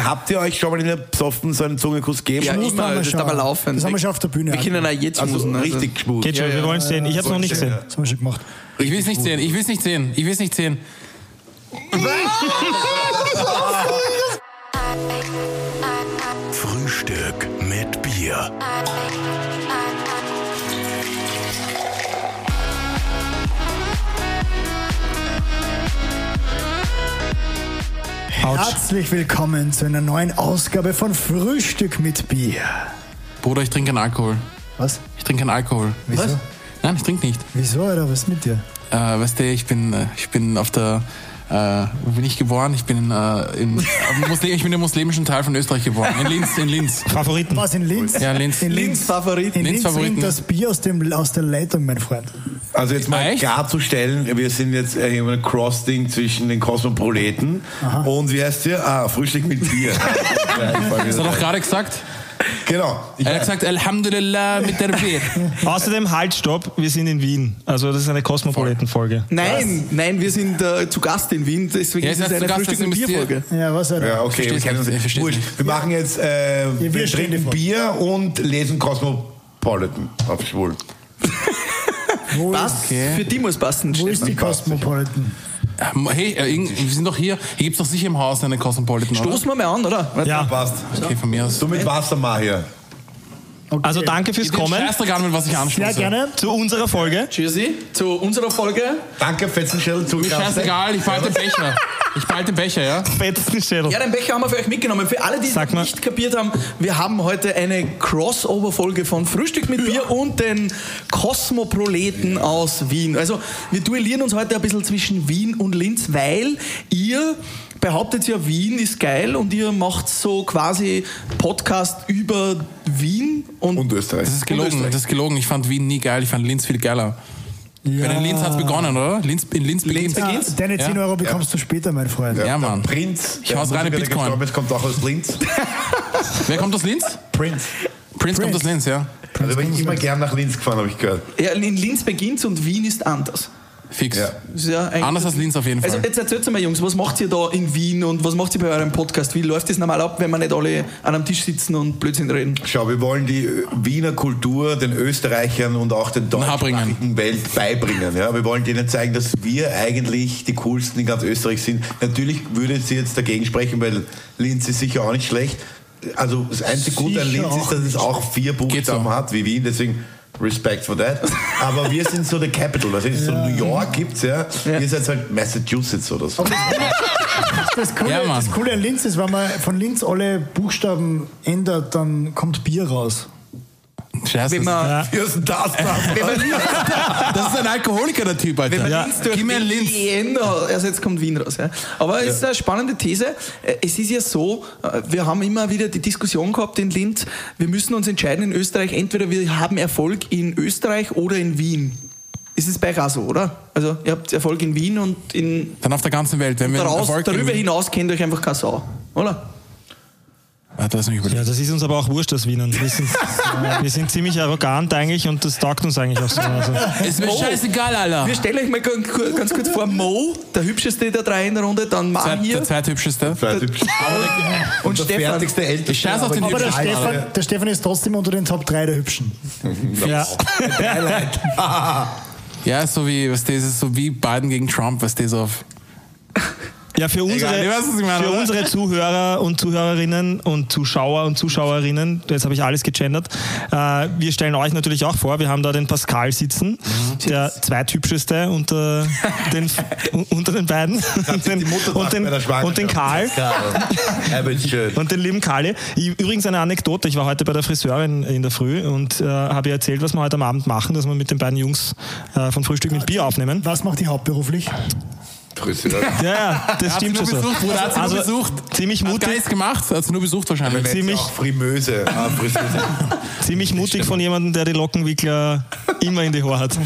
Habt ihr euch schon mal in der Psoffen so einen Zungenkuss gegeben? Ja, Muss immer, man- das ist schon. aber laufend. Das haben wir schon auf der Bühne Wir können ja jetzt also schmusen, also. richtig geschmust. Geht schon, Ja, wir ja. wollen es sehen. Ich hab's noch nicht gesehen. Das haben wir schon gemacht. Ich will es nicht sehen, ich will es nicht sehen, ich will es nicht sehen. Frühstück mit Bier. Autsch. Herzlich willkommen zu einer neuen Ausgabe von Frühstück mit Bier. Bruder, ich trinke keinen Alkohol. Was? Ich trinke keinen Alkohol. Wieso? Was? Nein, ich trinke nicht. Wieso, Alter? Was ist mit dir? Äh, weißt du, ich bin, äh, ich bin auf der, äh, wo bin ich geboren? Ich bin, äh, in, am Musli- ich bin im muslimischen Teil von Österreich geboren. In Linz, in Linz. Favoriten. Was, in Linz? Ja, Linz. In Linz, Linz-Favoriten. in Linz Linz-Favoriten. trinkt das Bier aus, dem, aus der Leitung, mein Freund. Also jetzt mal Echt? klarzustellen, wir sind jetzt äh, in einem Crossding zwischen den Kosmoproleten und wie heißt ihr? Ah, Frühstück mit Bier. Das hat er doch gerade gesagt. genau. Er hat gesagt, Alhamdulillah mit der Bier. Außerdem halt, stopp, wir sind in Wien. Also das ist eine Kosmopoliten-Folge. Nein, nein, wir sind äh, zu Gast in Wien, deswegen Ja, ist ihr es seid eine zu Gast, Frühstück- das und müsst ihr- Bierfolge. Ja, was, Alter? Ja, okay, wir, Versteh's kennen uns, nicht, ich versteh's Wurscht. nicht. wir machen jetzt, äh, wir, wir stehen trinken vor. Bier und lesen Cosmopolitan auf Schwul. Wo, Was? Okay. Für die muss passen, wo ist Stefan. die Cosmopolitan? Hey, äh, irgend- wir sind doch hier. Hier gibt's doch sicher im Haus eine Cosmopolitan, oder? Stoßen wir mal an, oder? Warte. Ja, Passt. Okay, von mir aus. Du mit Wasser mal hier. Okay. also danke fürs Ich Kommen scheiß doch gar nicht, mit was ich anschließe. Sehr gerne. zu unserer Folge. Tschüssi zu unserer Folge. Danke, Fetzenschädel, Mir Zugabe. scheißegal, ich behalte den Becher. Ich behalte den Becher, ja? Fettsten Schädel. Ja, den Becher haben wir für euch mitgenommen. Für alle, die es Sag mal. nicht kapiert haben, wir haben heute eine Crossover-Folge von Frühstück mit Bier und den Kosmoproleten aus Wien. Also, wir duellieren uns heute ein bisschen zwischen Wien und Linz, weil ihr behauptet ja, Wien ist geil und ihr macht so quasi Podcast über Wien und, Und Österreich. Das ist gelogen, das ist gelogen. Ich fand Wien nie geil, ich fand Linz viel geiler. Ja. Weil in Linz hat's begonnen, oder? Linz, in Linz beginnt's. Ja, deine 10 Ja. Euro bekommst du später, mein Freund. Ja, Der Mann. Prinz. Ich hau's der rein in Musiker, der Bitcoin. gestorben ist, kommt auch aus Linz. Wer kommt aus Linz? Prinz. Prinz kommt Prinz. aus Linz, ja. Also bin ich immer gern nach Linz gefahren, habe ich gehört. ja, in Linz beginnt's und Wien ist anders. Fix. Ja. Ist ja eigentlich- Anders als Linz auf jeden Fall. Also jetzt erzählt mal, Jungs, was macht ihr da in Wien und was macht ihr bei eurem Podcast? Wie läuft das normal ab, wenn wir nicht alle an einem Tisch sitzen und Blödsinn reden? Schau, wir wollen die Wiener Kultur den Österreichern und auch den deutschsprachigen Nahebringen. Welt beibringen. Ja, wir wollen denen zeigen, dass wir eigentlich die coolsten in ganz Österreich sind. Natürlich würde sie jetzt dagegen sprechen, weil Linz ist sicher auch nicht schlecht. Also das einzige Gute an Sicher Linz ist, auch dass es auch vier Buchstaben so. hat wie Wien, deswegen Respect for that. Aber wir sind so the capital, also so New York gibt's ja. Ja. Ihr seid halt Massachusetts oder so. Das Coole, Ja, Mann. das Coole an Linz ist, wenn man von Linz alle Buchstaben ändert, dann kommt Bier raus. Scheiße. äh, Wenn man, Hier ist ein das, wenn man Linz, das ist ein Alkoholiker, der Typ, Alter. wenn man Ja. Linz durch Gib mir einen Linz. Wien, also jetzt kommt Wien raus. Ja. Aber es ist eine spannende These. Äh, Es ist ja so, äh, wir haben immer wieder die Diskussion gehabt in Linz, wir müssen uns entscheiden in Österreich, entweder wir haben Erfolg in Österreich oder in Wien. Ist es bei euch auch so, oder? Also ihr habt Erfolg in Wien und in Dann auf der ganzen Welt. Wenn wir einen Daraus, Erfolg darüber kriegen- hinaus kennt euch einfach keine Sau, oder? Warte, lass mich überlegen. Ja, das ist uns aber auch wurscht, das Wienern. Wir sind, wir sind ziemlich arrogant eigentlich und das taugt uns eigentlich auch so. Also, Ist mir Oh. scheißegal, Alter. Ah. Wir stellen euch mal ganz, kur- ganz kurz vor, Mo, der hübscheste der drei in der Runde, dann Zweit- Mann hier Der zweithübscheste. und der Stefan. fertigste Älteste. Ich scheiß auf den aber Aber der die Scheiße. Stefan, der Stefan ist trotzdem unter den Top 3 der Hübschen. ja. Ja, ist so wie, was das ist so wie Biden gegen Trump, was das auf. ja, für unsere, Egal, du weißt, was ich meine, für oder? unsere Zuhörer und Zuhörerinnen und Zuschauer und Zuschauerinnen, jetzt habe ich alles gegendert, äh, wir stellen euch natürlich auch vor, wir haben da den Pascal sitzen, Mhm. der zweithübscheste unter den, un- unter den beiden und den, und den, und den Karl. Und den lieben Kali. Übrigens eine Anekdote. Ich war heute bei der Friseurin in der Früh und äh, habe ihr erzählt, was wir heute am Abend machen, dass wir mit den beiden Jungs äh, von Frühstück mit Bier aufnehmen. Was macht die hauptberuflich? Ja, ja, das Hat sie stimmt nur schon so. Also, besucht, Bruder, hat sie nur besucht. ziemlich Hat gar mutig, nichts gemacht, hat sie nur besucht wahrscheinlich. Ziemlich- Auch Frimöse. Ah, Friseuse. ziemlich mutig von jemandem, der die Lockenwickler immer in die Haare hat.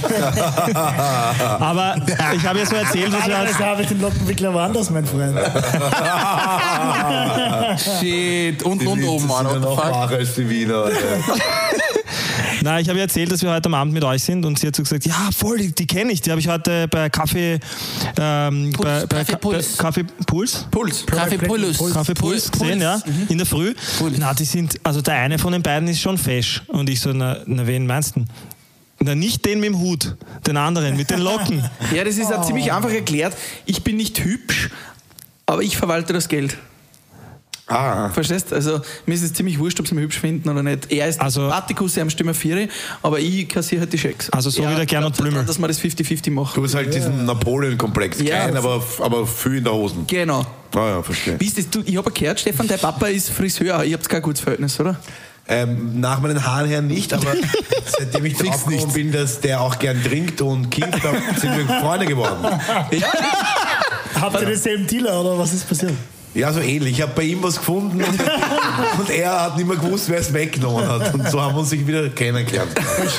Aber ich habe ihr so erzählt, was wir Alles als klar, mit dem Lockenwickler war anders, mein Freund. Shit, und, und Die oben, Linzer Mann. sind ja What the noch fuck? wacher als die Wiener. Alter. Na, ich habe ihr erzählt, dass wir heute am Abend mit euch sind und sie hat so gesagt, ja, voll, die, die kenne ich, die habe ich heute bei Kaffee ähm, Puls, bei, bei Kaffee Ka- Puls. bei Kaffee Puls. Puls. Kaffee Pullus. Kaffee Puls gesehen, ja, in der Früh. Na, die sind, also der eine von den beiden ist schon fesch. Und ich so, na, na wen meinst du? denn? Na, nicht den mit dem Hut, den anderen, mit den Locken. Ja, das ist ja ziemlich einfach erklärt. Ich bin nicht hübsch, aber ich verwalte das Geld. Ah, Verstehst? Also mir ist es ziemlich wurscht, ob sie mich hübsch finden oder nicht. Er ist Also- also, Patikus, er am Stimme Viere, aber ich kassiere halt die Schecks. Also so er wie der Gernot glaubt halt Blümel. dran, Dass wir das 50-50 du machen. bist halt diesen Napoleon-Komplex. Ja. Klein, aber, aber viel in der Hosen. Genau. Ah ja, verstehe. Bist das, du, ich habe gehört, Stefan, dein Papa ist Friseur. Ihr habt kein gutes Verhältnis, oder? Ähm, nach meinen Haaren her nicht, aber seitdem ich draufgekommen bin, dass der auch gern trinkt und kifft, da sind wir Freunde geworden. Habt ihr denselben Dealer oder was ist passiert? Ja, so ähnlich. Ich habe bei ihm was gefunden und, und er hat nicht mehr gewusst, wer es weggenommen hat. Und so haben wir uns sich wieder kennengelernt.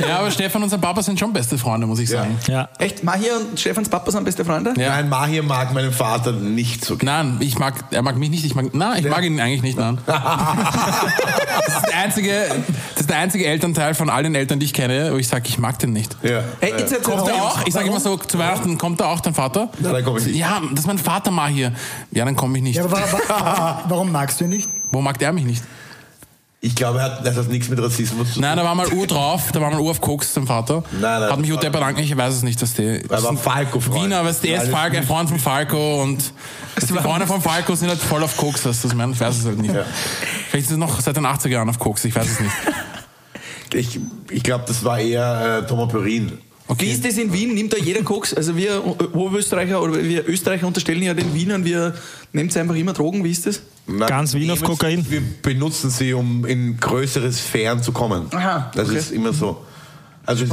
Ja, aber Stefan und sein Papa sind schon beste Freunde, muss ich sagen. Ja. Echt? Mahir und Stefans Papa sind beste Freunde? Ja. Nein, Mahir mag meinen Vater nicht so gerne. Nein, ich mag, er mag mich nicht, ich mag, nein, ich mag ihn eigentlich nicht, nein. Das ist, der einzige, das ist der einzige Elternteil von all den Eltern, die ich kenne, wo ich sage, ich mag den nicht. Ja. Hey, jetzt erzähl Kommt er doch. auch? Ich sage immer so, zu Weihnachten kommt er auch, dein Vater? Nein, dann komm ich nicht. Ja, das ist mein Vater mal hier. Ja, dann komme ich nicht. Ja, aber wa- wa- warum magst du ihn nicht? Wo mag der mich nicht? Ich glaube, er hat, das hat nichts mit Rassismus zu tun. Nein, da war mal Uhr drauf, da war mal Uhr auf Koks, dein Vater. Nein, nein. Hat mich Utepp bedankt, ich weiß es nicht, dass der. Er war Falco-Freund. Wiener, weißt du, er ist Alles Falco, ein Freund von Falco und die Freunde von Falco sind halt voll auf Koks, weißt du, was ich meine? Ich weiß es halt nicht. Vielleicht ist es noch seit den 80er Jahren auf Koks, ich weiß es nicht. Ich, ich glaube, das war eher äh, Thomas Perrin. Wie ist das in Wien? Nimmt da jeder Koks? Also wir Oberösterreicher oder wir Österreicher unterstellen ja den Wienern, wir nehmt einfach immer Drogen. Wie ist das? Na, Ganz Wien auf nehmen sie- Kokain. Wir benutzen sie, um in größere Sphären zu kommen. Aha, das okay. ist immer so. Also,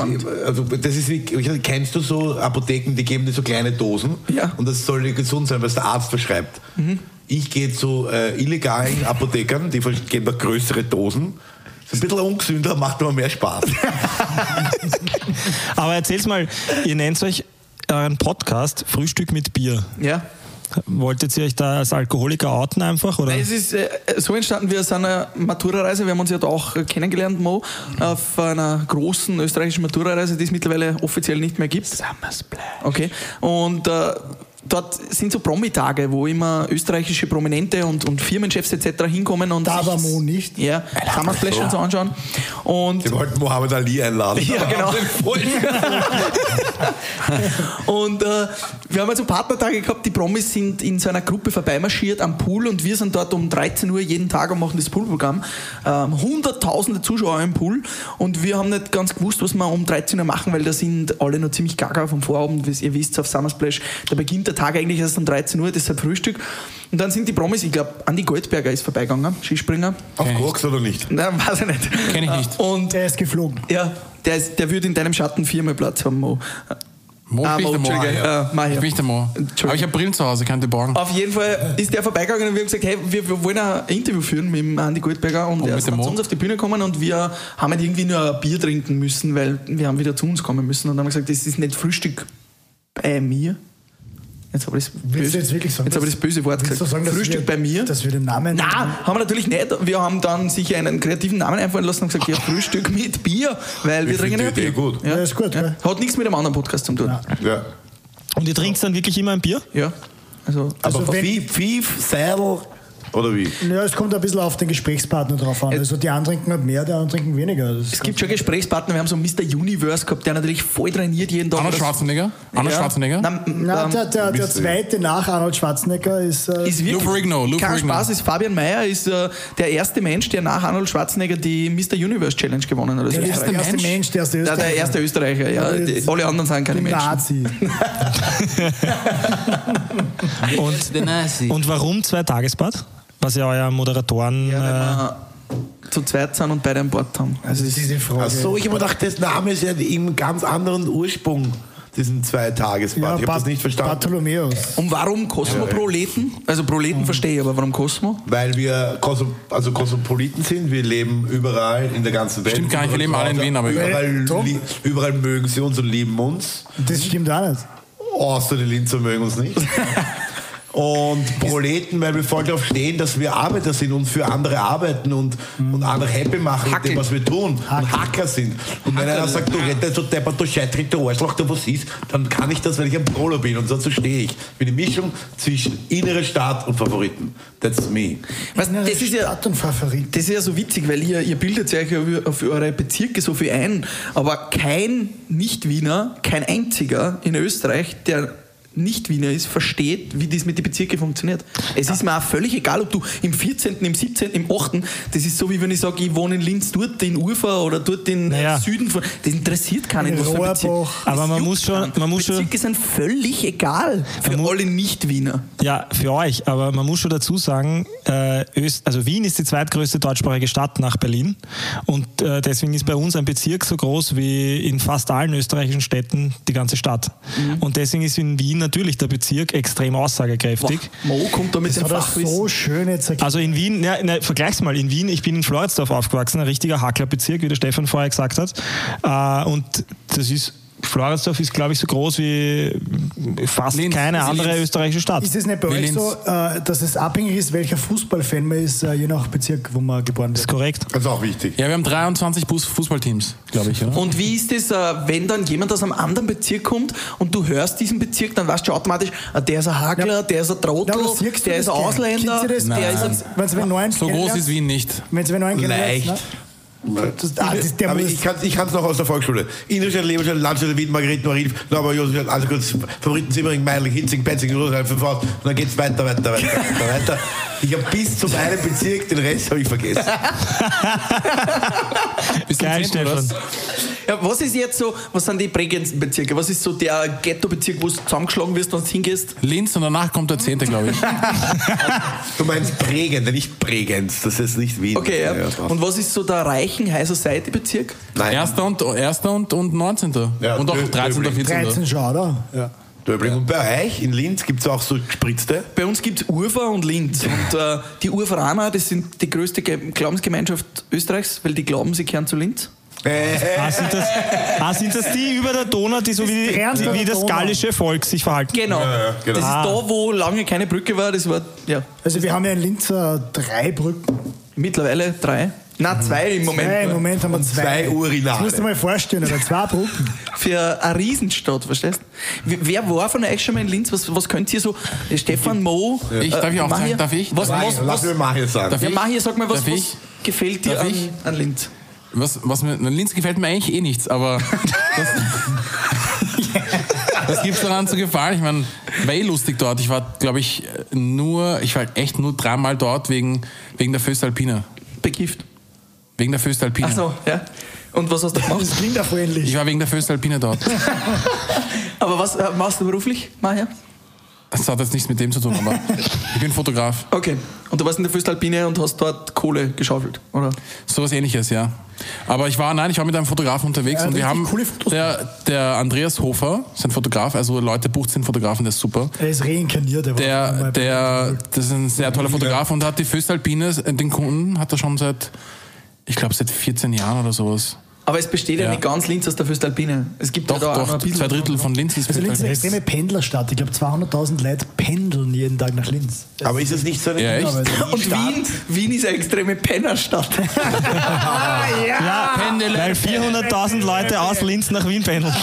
also das ist wie, ich weiß nicht, kennst du so Apotheken, die geben dir so kleine Dosen Ja. Mhm. und das soll dir gesund sein, was der Arzt verschreibt. Ich gehe zu äh, illegalen Apothekern, die vers- geben mir größere Dosen. Ist ein bisschen ungesünder, macht aber mehr Spaß. Aber erzähl's mal, ihr nennt euch euren Podcast Frühstück mit Bier. Ja. Wolltet ihr euch da als Alkoholiker outen einfach? Oder? Es ist äh, so entstanden, wir sind einer Matura-Reise, wir haben uns ja da auch äh, kennengelernt, Mo, auf einer großen österreichischen Matura-Reise, die es mittlerweile offiziell nicht mehr gibt. Okay. Und äh, dort sind so Promitage, wo immer österreichische Prominente und, und Firmenchefs etc. hinkommen und Da sich- war Mo nicht. Ja, Summer Splash und so anschauen. Und Die wollten Mohammed Ali einladen. Ja, genau. Haben den voll- Und äh, wir haben also Partnertage gehabt, die Promis sind in so einer Gruppe vorbeimarschiert am Pool und wir sind dort um 13 Uhr jeden Tag und machen das Poolprogramm. Ähm, hunderttausende Zuschauer im Pool und wir haben nicht ganz gewusst, was wir um 13 Uhr machen, weil da sind alle noch ziemlich gaga vom Vorabend, wie ihr wisst, auf Summer Splash. Da beginnt der Tag eigentlich erst um 13 Uhr, das ist ein Frühstück. Und dann sind die Promis, ich glaube, Andi Goldberger ist vorbeigegangen, Skispringer. Auf Koks oder nicht? Nein, weiß ich nicht. Kenn ich nicht. Äh, Und Der ist geflogen. ja, der, ist, der würde in deinem Schatten viermal Platz haben, Mo. Mo, Ah, bin ich Mo, der Mo. Entschuldige, äh, Mario. Oh, Ich bin ich der Mo. Entschuldigung. Aber ich habe Brillen zu Hause, könnt ihr borgen. Auf jeden Fall ist der vorbeigegangen und wir haben gesagt, hey, wir, wir wollen ein Interview führen mit dem Andi Goldberger und, Und er mit ist dem dann zu Mo? uns auf die Bühne gekommen und wir haben halt irgendwie nur ein Bier trinken müssen, weil wir haben wieder zu uns kommen müssen und haben gesagt, das ist nicht Frühstück bei mir. Jetzt habe ich das böse, Willst du jetzt wirklich sagen? jetzt habe ich das böse Wort willst du gesagt. sagen, dass Frühstück wir, bei mir? Dass wir den Namen. Na, haben wir natürlich nicht. Wir haben dann sicher einen kreativen Namen einfallen lassen und gesagt, ja, Frühstück mit Bier, weil wir Ich trinken finde ja die Idee Bier. gut. Ja, ist gut, gell? Hat nichts mit dem anderen Podcast zu tun. Ja. Ja. Und ihr trinkt dann wirklich immer ein Bier? Also, Aber Also wenn- Pfiff, Pfiff, Seidel oder wie? Ja, es kommt ein bisschen auf den Gesprächspartner drauf an. Also die einen trinken halt mehr, die anderen trinken weniger. Das Es gibt schon Gesprächspartner, wir haben so einen Mr. Universe gehabt, der natürlich voll trainiert jeden Tag. Arnold Das- Schwarzenegger? Arnold Ja. Schwarzenegger? Nein, m- Na, ähm, der, der, der Mist, zweite nach Arnold Schwarzenegger ist. Äh, ist wirklich Lou Ferrigno, Lou kein Ferrigno. Spaß, ist Fabian Mayer ist äh, der erste Mensch, der nach Arnold Schwarzenegger die Mr. Universe Challenge gewonnen hat. als der Österreicher. erste Mensch, der erste Ja, Österreicher. der erste Österreicher, ja. Ja, Die- jetzt- Alle anderen sind keine Die Menschen. Nazi. Und, und warum zwei Tagesbad? Was ja euer Moderatoren. Ja, äh, wenn wir zu zweit sind und beide an Bord haben. Also es Diese ist Frage. Ach so, ich habe mir gedacht, das Name ist ja im ganz anderen Ursprung, diesen Zweitagesbad. ich habe das Bart- nicht verstanden. Bartholomäus. und warum Kosmoproleten? Also Mhm. Proleten verstehe ich, aber warum Kosmo? Weil wir Kosmo, also Kosmopoliten sind, wir leben überall in der ganzen Welt. Stimmt gar nicht, wir leben alle in Wien, aber überall, Tom? li- überall mögen sie uns und lieben uns. Oh, Das stimmt auch nicht. Außer die Linzer mögen uns nicht. und Proleten, weil wir voll darauf stehen, dass wir Arbeiter sind und für andere arbeiten und, und andere happy machen mit dem, was wir tun und Hacker sind. Und wenn einer sagt, du rettest, du deppert, du Scheitrig, du Arschloch, du was ist, dann kann ich das, weil ich ein Prolo bin und dazu stehe ich. Ich bin eine Mischung zwischen innerer Staat und Favoriten. That's me. Weißt, Innere das ist ja Stadt und Favorit. das ist ja so witzig, weil ihr, ihr bildet euch ja auf eure Bezirke so viel ein, aber kein Nicht-Wiener, kein einziger in Österreich, der Nicht-Wiener ist, versteht, wie das mit den Bezirken funktioniert. Es ist mir auch völlig egal, ob du im 14., im 17., im 8., das ist so, wie wenn ich sage, ich wohne in Linz, dort in Ufer oder dort in Naja. Süden. von- Das interessiert keinen, In was für ein Bezirk. Rohrbach. Das Aber man juckt muss schon- keinen. man muss schon- Bezirke sind völlig egal für Man mu- alle Nicht-Wiener. äh, Ja, für euch, aber man muss schon dazu sagen, äh, Öst, also Wien ist die zweitgrößte deutschsprachige Stadt nach Berlin und äh, deswegen ist bei uns ein Bezirk so groß wie in fast allen österreichischen Städten die ganze Stadt. Mhm. Und deswegen ist in Wien natürlich der Bezirk extrem aussagekräftig. Mo kommt da mit dem Hat er Fachwissen. so schön jetzt erklärt. Also in Wien, ja, ne, vergleich's mal, in Wien, ich bin in Floridsdorf aufgewachsen, ein richtiger Hacklerbezirk, wie der Stefan vorher gesagt hat. Äh, und das ist, Floridsdorf ist, glaube ich, so groß wie fast Linz, keine ist in andere Linz. österreichische Stadt. Ist es nicht bei Wir euch lehnen's. so, äh, dass es abhängig ist, welcher Fußballfan man ist, äh, je nach Bezirk, wo man geboren Ist wird? korrekt. Das ist auch wichtig. Ja, wir haben 23 Bus- Fußballteams, glaube ich, oder? Und wie ist das, äh, wenn dann jemand aus einem anderen Bezirk kommt und du hörst diesen Bezirk, dann weißt du automatisch, ah, der ist ein Hagler, Ja. der ist ein Trottel, aber siehst du der das ist ein gern? Kennst Ausländer, du das? der Nein. ist ein... Wenn du einen neuen So groß ist kennenlernst- Wien nicht. Wenn du einen neuen Leicht. kennenlernst, ne? Das, ah, das, der aber muss, ich kann es noch aus der Volksschule. Innenstadt, Leberstadt, Landstadt, Wien, Margret, Marie, Norbert, Josef, also kurz, Favoriten, Simmering, Meiling, Hitzing, Petzing, Rosenheim, Fünfhaus. Und dann geht's weiter, weiter, weiter, weiter, weiter. Ich habe bis zum einen Bezirk, den Rest habe ich vergessen. Bis zum Geil, zehnten, oder Stefan. was? Ja, was ist jetzt so, was sind die prägendsten Bezirke? Was ist so der Ghetto-Bezirk, wo du zusammengeschlagen wirst und hingehst? Linz und danach kommt der zehnte, glaube ich. Du meinst Prägend, nicht Prägenz. Das ist nicht Wien. Okay, ja. passt. Und was ist so der reichen High Society-Bezirk? Nein, Erster und, erster und, und 19. Ja, und auch Dö- 13. und Döbling. 14. 13 schon, oder? Ja. Döbling. Und bei euch in Linz gibt es auch so gespritzte. Bei uns gibt es Urfa und Linz. Und äh, die Urferaner, das sind die größte Ge- Glaubensgemeinschaft Österreichs, weil die glauben, sie gehören zu Linz. Ah, sind das, ah, sind das die über der Donau, die so wie, Grand über wie der das Donau. gallische Volk sich verhalten? Genau. genau. Das ist Ah. da, wo lange keine Brücke war. Das war ja Also wir haben ja in Linz äh, drei Brücken. mittlerweile drei. Na zwei im Moment. Nein, im Moment haben wir zwei. zwei Urinale. Das musst du dir mal vorstellen, oder zwei Brücken. Für eine Riesenstadt, verstehst du? W- Wer war von euch schon mal in Linz? Was, was könnt ihr so? Äh, Stefan, Mo, Ich- Äh, darf ich auch Mahir? sagen? Darf ich? Was, Nein, was, Lass was, mir mal hier sagen. Darf ja, ich? Mahir, sag mal, was, Darf ich? was gefällt dir Darf an, ich? an Linz? Was, was mir, na, Linz gefällt mir eigentlich eh nichts, aber das, das gibt's daran zu gefallen. Ich meine, war eh lustig dort. Ich war, glaube ich, nur, ich war echt nur dreimal dort wegen, wegen der Föstalpine. Begift. Wegen der Föstalpine. Ach so, ja. Und was hast du gemacht? Das klingt auch ähnlich. Ich war wegen der Föstalpine dort. Aber was äh, machst du beruflich, Mahir? Das hat jetzt nichts mit dem zu tun, aber ich bin Fotograf. Okay. Und du warst in der Fürstalpine und hast dort Kohle geschaufelt, oder? Sowas ähnliches, ja. Aber ich war, nein, ich war mit einem Fotografen unterwegs Ja, und wir richtig haben, coole Fotos. der, der Andreas Hofer, sein Fotograf, also Leute bucht den Fotografen, der ist super. Er ist reinkarniert. er war schon Der, mal bei- der, das ist ein sehr toller Fotograf und hat die Föstalpine, äh, den Kunden, hat er schon seit, ich glaube, seit 14 Jahren oder sowas. Aber es besteht ja, Ja. nicht ganz Linz aus der Fürstalpine. Es gibt Doch, ja da auch noch doch, ein bisschen. zwei Drittel von Linz ist Also Linz ist eine Föstalpine. extreme Pendlerstadt. Ich glaube, 200.000 Leute pendeln jeden Tag nach Linz. Aber ist es nicht so eine Ja, echt? Und Wien, Wien ist eine extreme Pennerstadt. Genau. Ja, Pendel- weil 400.000 Leute aus Linz nach Wien pendeln.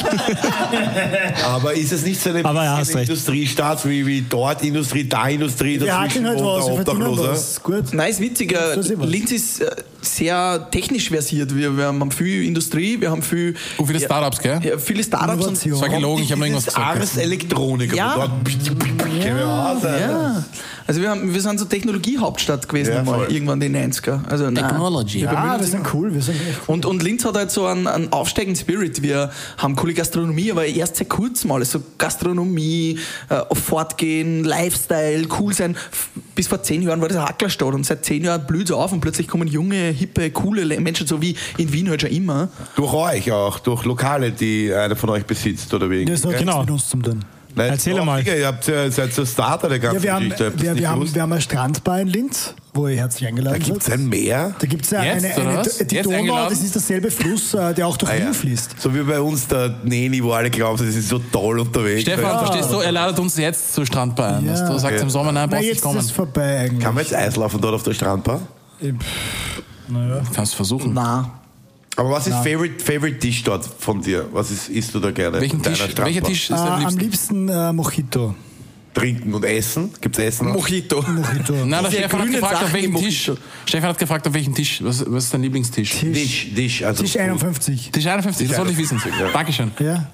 Aber ist es nicht so eine, Aber ja, hast eine recht. Industriestaat wie, wie dort Industrie, da Industrie, Wir hakeln dazwischen halt wohnt was, der wir verdienen Obdachloser? was. Gut. Nein, ist witzig. äh, So sehen wir's. Linz ist äh, sehr technisch versiert. Wir, wir haben viel Industrie, wir haben viel. Oh, viele Startups, gell? Ja, viele Startups. Und, Innovation. Das war gelogen, ich habe irgendwas Das gesagt. Ars Elektroniker. Ja. Dort- Kennen wir aus, Alter. ja. Also wir, haben, wir sind so Technologie-Hauptstadt gewesen Ja, mal, voll. irgendwann in den 90er. Also, nein. Technology. Wir bemühen Ah, uns wir sind cool. Wir sind echt Und, und Linz hat halt so einen, einen aufsteigenden Spirit. Wir haben coole Gastronomie, aber erst seit kurzem alles. So Gastronomie, äh, auf Fortgehen, Lifestyle, cool sein. F- Bis vor zehn Jahren war das eine Hacklerstadt und seit zehn Jahren blüht es auf und plötzlich kommen junge, hippe, coole Le- Menschen, so wie in Wien halt schon immer. Durch euch auch, durch Lokale, die einer von euch besitzt oder wegen. Das hat Genau. genau. mit uns zu tun. Nein, Erzähl doch, mal. Digga, Ihr habt ja, seid so Starter der ganzen Ja, wir, haben, Geschichte. habt ihr's wir, nicht wir, haben, gewusst? wir haben eine Strandbar in Linz wo ihr herzlich Da eingeladen gibt es seid. ein Meer. Da gibt es ja Jetzt, eine, oder eine was? die Jetzt Donau, eingeladen? das ist derselbe Fluss, äh, der auch durch Ah ja. Wien fließt. So wie bei uns der Neni, wo alle glauben, das ist so toll unterwegs. Stefan, Weil- verstehst du, er ladet uns jetzt zu Strandbar ein. Ja. weißt Du sagst Okay. im Sommer, nein, Na, brauchst jetzt nicht ist es kommen. vorbei eigentlich. Äh, kann man jetzt Eislaufen dort auf der Strandbar? Naja. Kannst versuchen. Na, Aber was ist favorite, favorite Tisch dort von dir? Was ist, isst du da gerne? Welchen in deiner Tisch, Strandbar? welcher Tisch Äh, ist am am liebsten? liebsten äh, Mojito. Trinken und Essen? Gibt's Essen? auch? Mojito. Mojito. Nein, der Die Stefan hat grünen gefragt, auf Sachen welchen im Tisch. Mojito. Stefan hat gefragt, auf welchen Tisch. Was, was ist dein Lieblingstisch? Tisch, Tisch, also Tisch 51. Tisch 51, das wollte ich wissen. Ja. Dankeschön. Ja.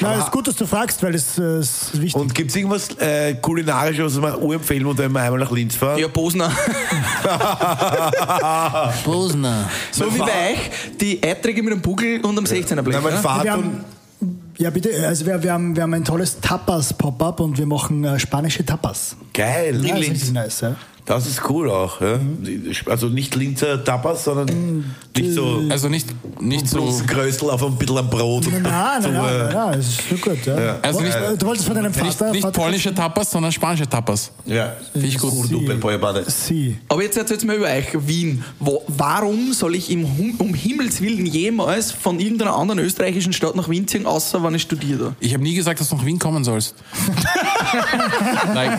Na, ist gut, dass du fragst, weil es äh, ist wichtig. Und gibt es irgendwas äh, kulinarisches, was man urempfehlen würde, wenn man einmal nach Linz fährt? Ja, Posner. Bosner. So wie bei euch, die Eiträge mit dem Bugel und am 16er Blech. Nein, mein oder? wir Vater haben, ja, bitte. Also wir, wir, haben, wir haben ein tolles Tapas-Pop-Up und wir machen äh, spanische Tapas. Geil. Ja, das ist nice, ja. Das ist cool auch. Ja? Mhm. Also nicht Linzer Tapas, sondern nicht so Also nicht, nicht so. bloß Grösel auf ein bisschen am Brot. Nein, nein, So, nein, äh, nein, nein, es ist so gut. Ja. Also Wo- nicht- äh, du wolltest von deinem Nicht, Vater... nicht Vater polnische Tapas, sondern spanische Tapas. Ja. Finde ich gut. Du bei Bäuerbade. Sie. Aber jetzt erzählt mir über euch, Wien. Wo, warum soll ich im, Hum- um Himmels Willen jemals von irgendeiner anderen österreichischen Stadt nach Wien ziehen, außer wenn ich studiere? Ich habe nie gesagt, dass du nach Wien kommen sollst. Nein.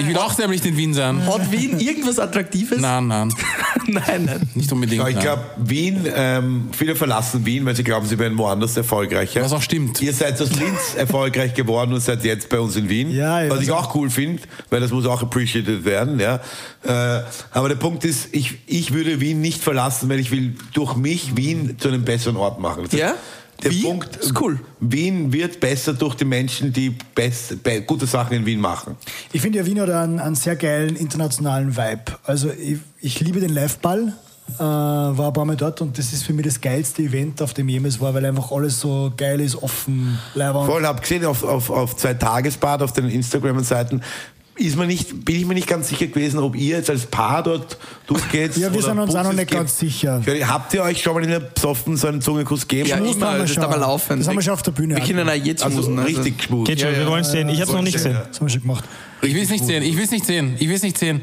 Ich will auch nämlich in Wien sein. Hat Wien irgendwas Attraktives? Nein, nein. nein, nein. Nicht unbedingt. Ja, ich nein. glaube, Wien, ähm, viele verlassen Wien, weil sie glauben, sie werden woanders erfolgreicher. Was auch stimmt. Ihr seid aus Linz erfolgreich geworden und seid jetzt bei uns in Wien. Ja, ja. was ich auch cool finde, weil das muss auch appreciated werden. Ja. Äh, aber der Punkt ist, ich, ich würde Wien nicht verlassen, weil ich will durch mich Wien zu einem besseren Ort machen. Das heißt, Ja? Der Wien Punkt ist cool. Wien wird besser durch die Menschen, die best, be, gute Sachen in Wien machen. Ich finde ja Wien hat einen, einen sehr geilen internationalen Vibe. Also ich, ich liebe den Liveball. Äh, war ein paar Mal dort und das ist für mich das geilste Event, auf dem ich jemals war, weil einfach alles so geil ist, offen, Leibwand. Voll, hab gesehen auf, auf, auf zwei Tagesbad, auf den Instagram-Seiten. Ist man nicht, bin ich mir nicht ganz sicher gewesen, ob ihr jetzt als Paar dort durchgeht. Ja, wir oder sind uns auch noch Putzes nicht ganz gebt. sicher. Ich weiß, Habt ihr euch schon mal in der Psoffen so einen Zungenkuss gegeben? Ja, Schmusen immer, haben wir das ist schon. aber laufen. Das haben wir schon auf der Bühne Wir können auch angefangen. jetzt also schmusen, richtig geschmust. Geht schon, wir wollen sehen. Ich hab's noch nicht gesehen. Das haben wir schon gemacht. Ich will es nicht sehen. Ich will es nicht sehen. Ich will es nicht sehen.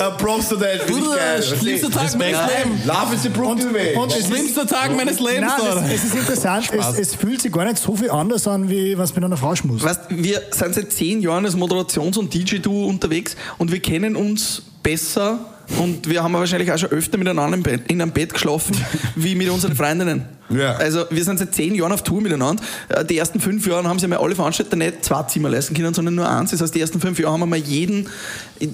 Äh, Props to that, finde ich geil. Schlimmster Tag meines Lebens. Love is the proof to me. Und es ist, Schlimmster Tag meines Lebens, nein, oder? es, es ist interessant, es, es fühlt sich gar nicht so viel anders an, wie was mit einer Frau schmust. Weißt, wir sind seit zehn Jahren als Moderations- und DJ-Duo unterwegs und wir kennen uns besser und wir haben wahrscheinlich auch schon öfter miteinander im Bett, in einem Bett geschlafen, wie mit unseren Freundinnen. Ja. Also wir sind seit zehn Jahren auf Tour miteinander. Äh, Die ersten fünf Jahre haben sie mir alle Veranstalter nicht zwei Zimmer leisten können, sondern nur eins. Das heißt, die ersten fünf Jahre haben wir mal jeden,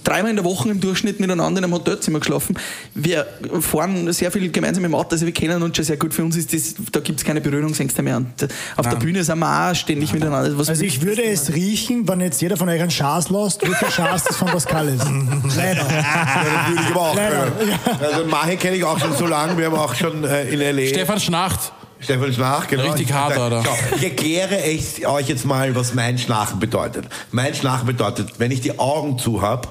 dreimal in der Woche im Durchschnitt miteinander in einem Hotelzimmer geschlafen. Wir fahren sehr viel gemeinsam im Auto, also wir kennen uns schon sehr gut. Für uns ist das, da gibt es keine Berührungsängste mehr. Und äh, auf der Bühne sind wir auch ständig miteinander. Was Also ich würde es riechen, wenn jetzt jeder von euch einen Schaß lässt, welcher Schaß das von Pascal ist. Leider. Ja, das würde ich aber auch Leider, können. Also Mahe kenne ich auch schon so lange. Wir haben auch schon äh, in L.A. Stefan Schnacht. Stefan Schnarch, genau. Richtig hart, oder? Schau, ich erkläre echt euch jetzt mal, was mein Schnarchen bedeutet. Mein Schnarchen bedeutet, wenn ich die Augen zu habe,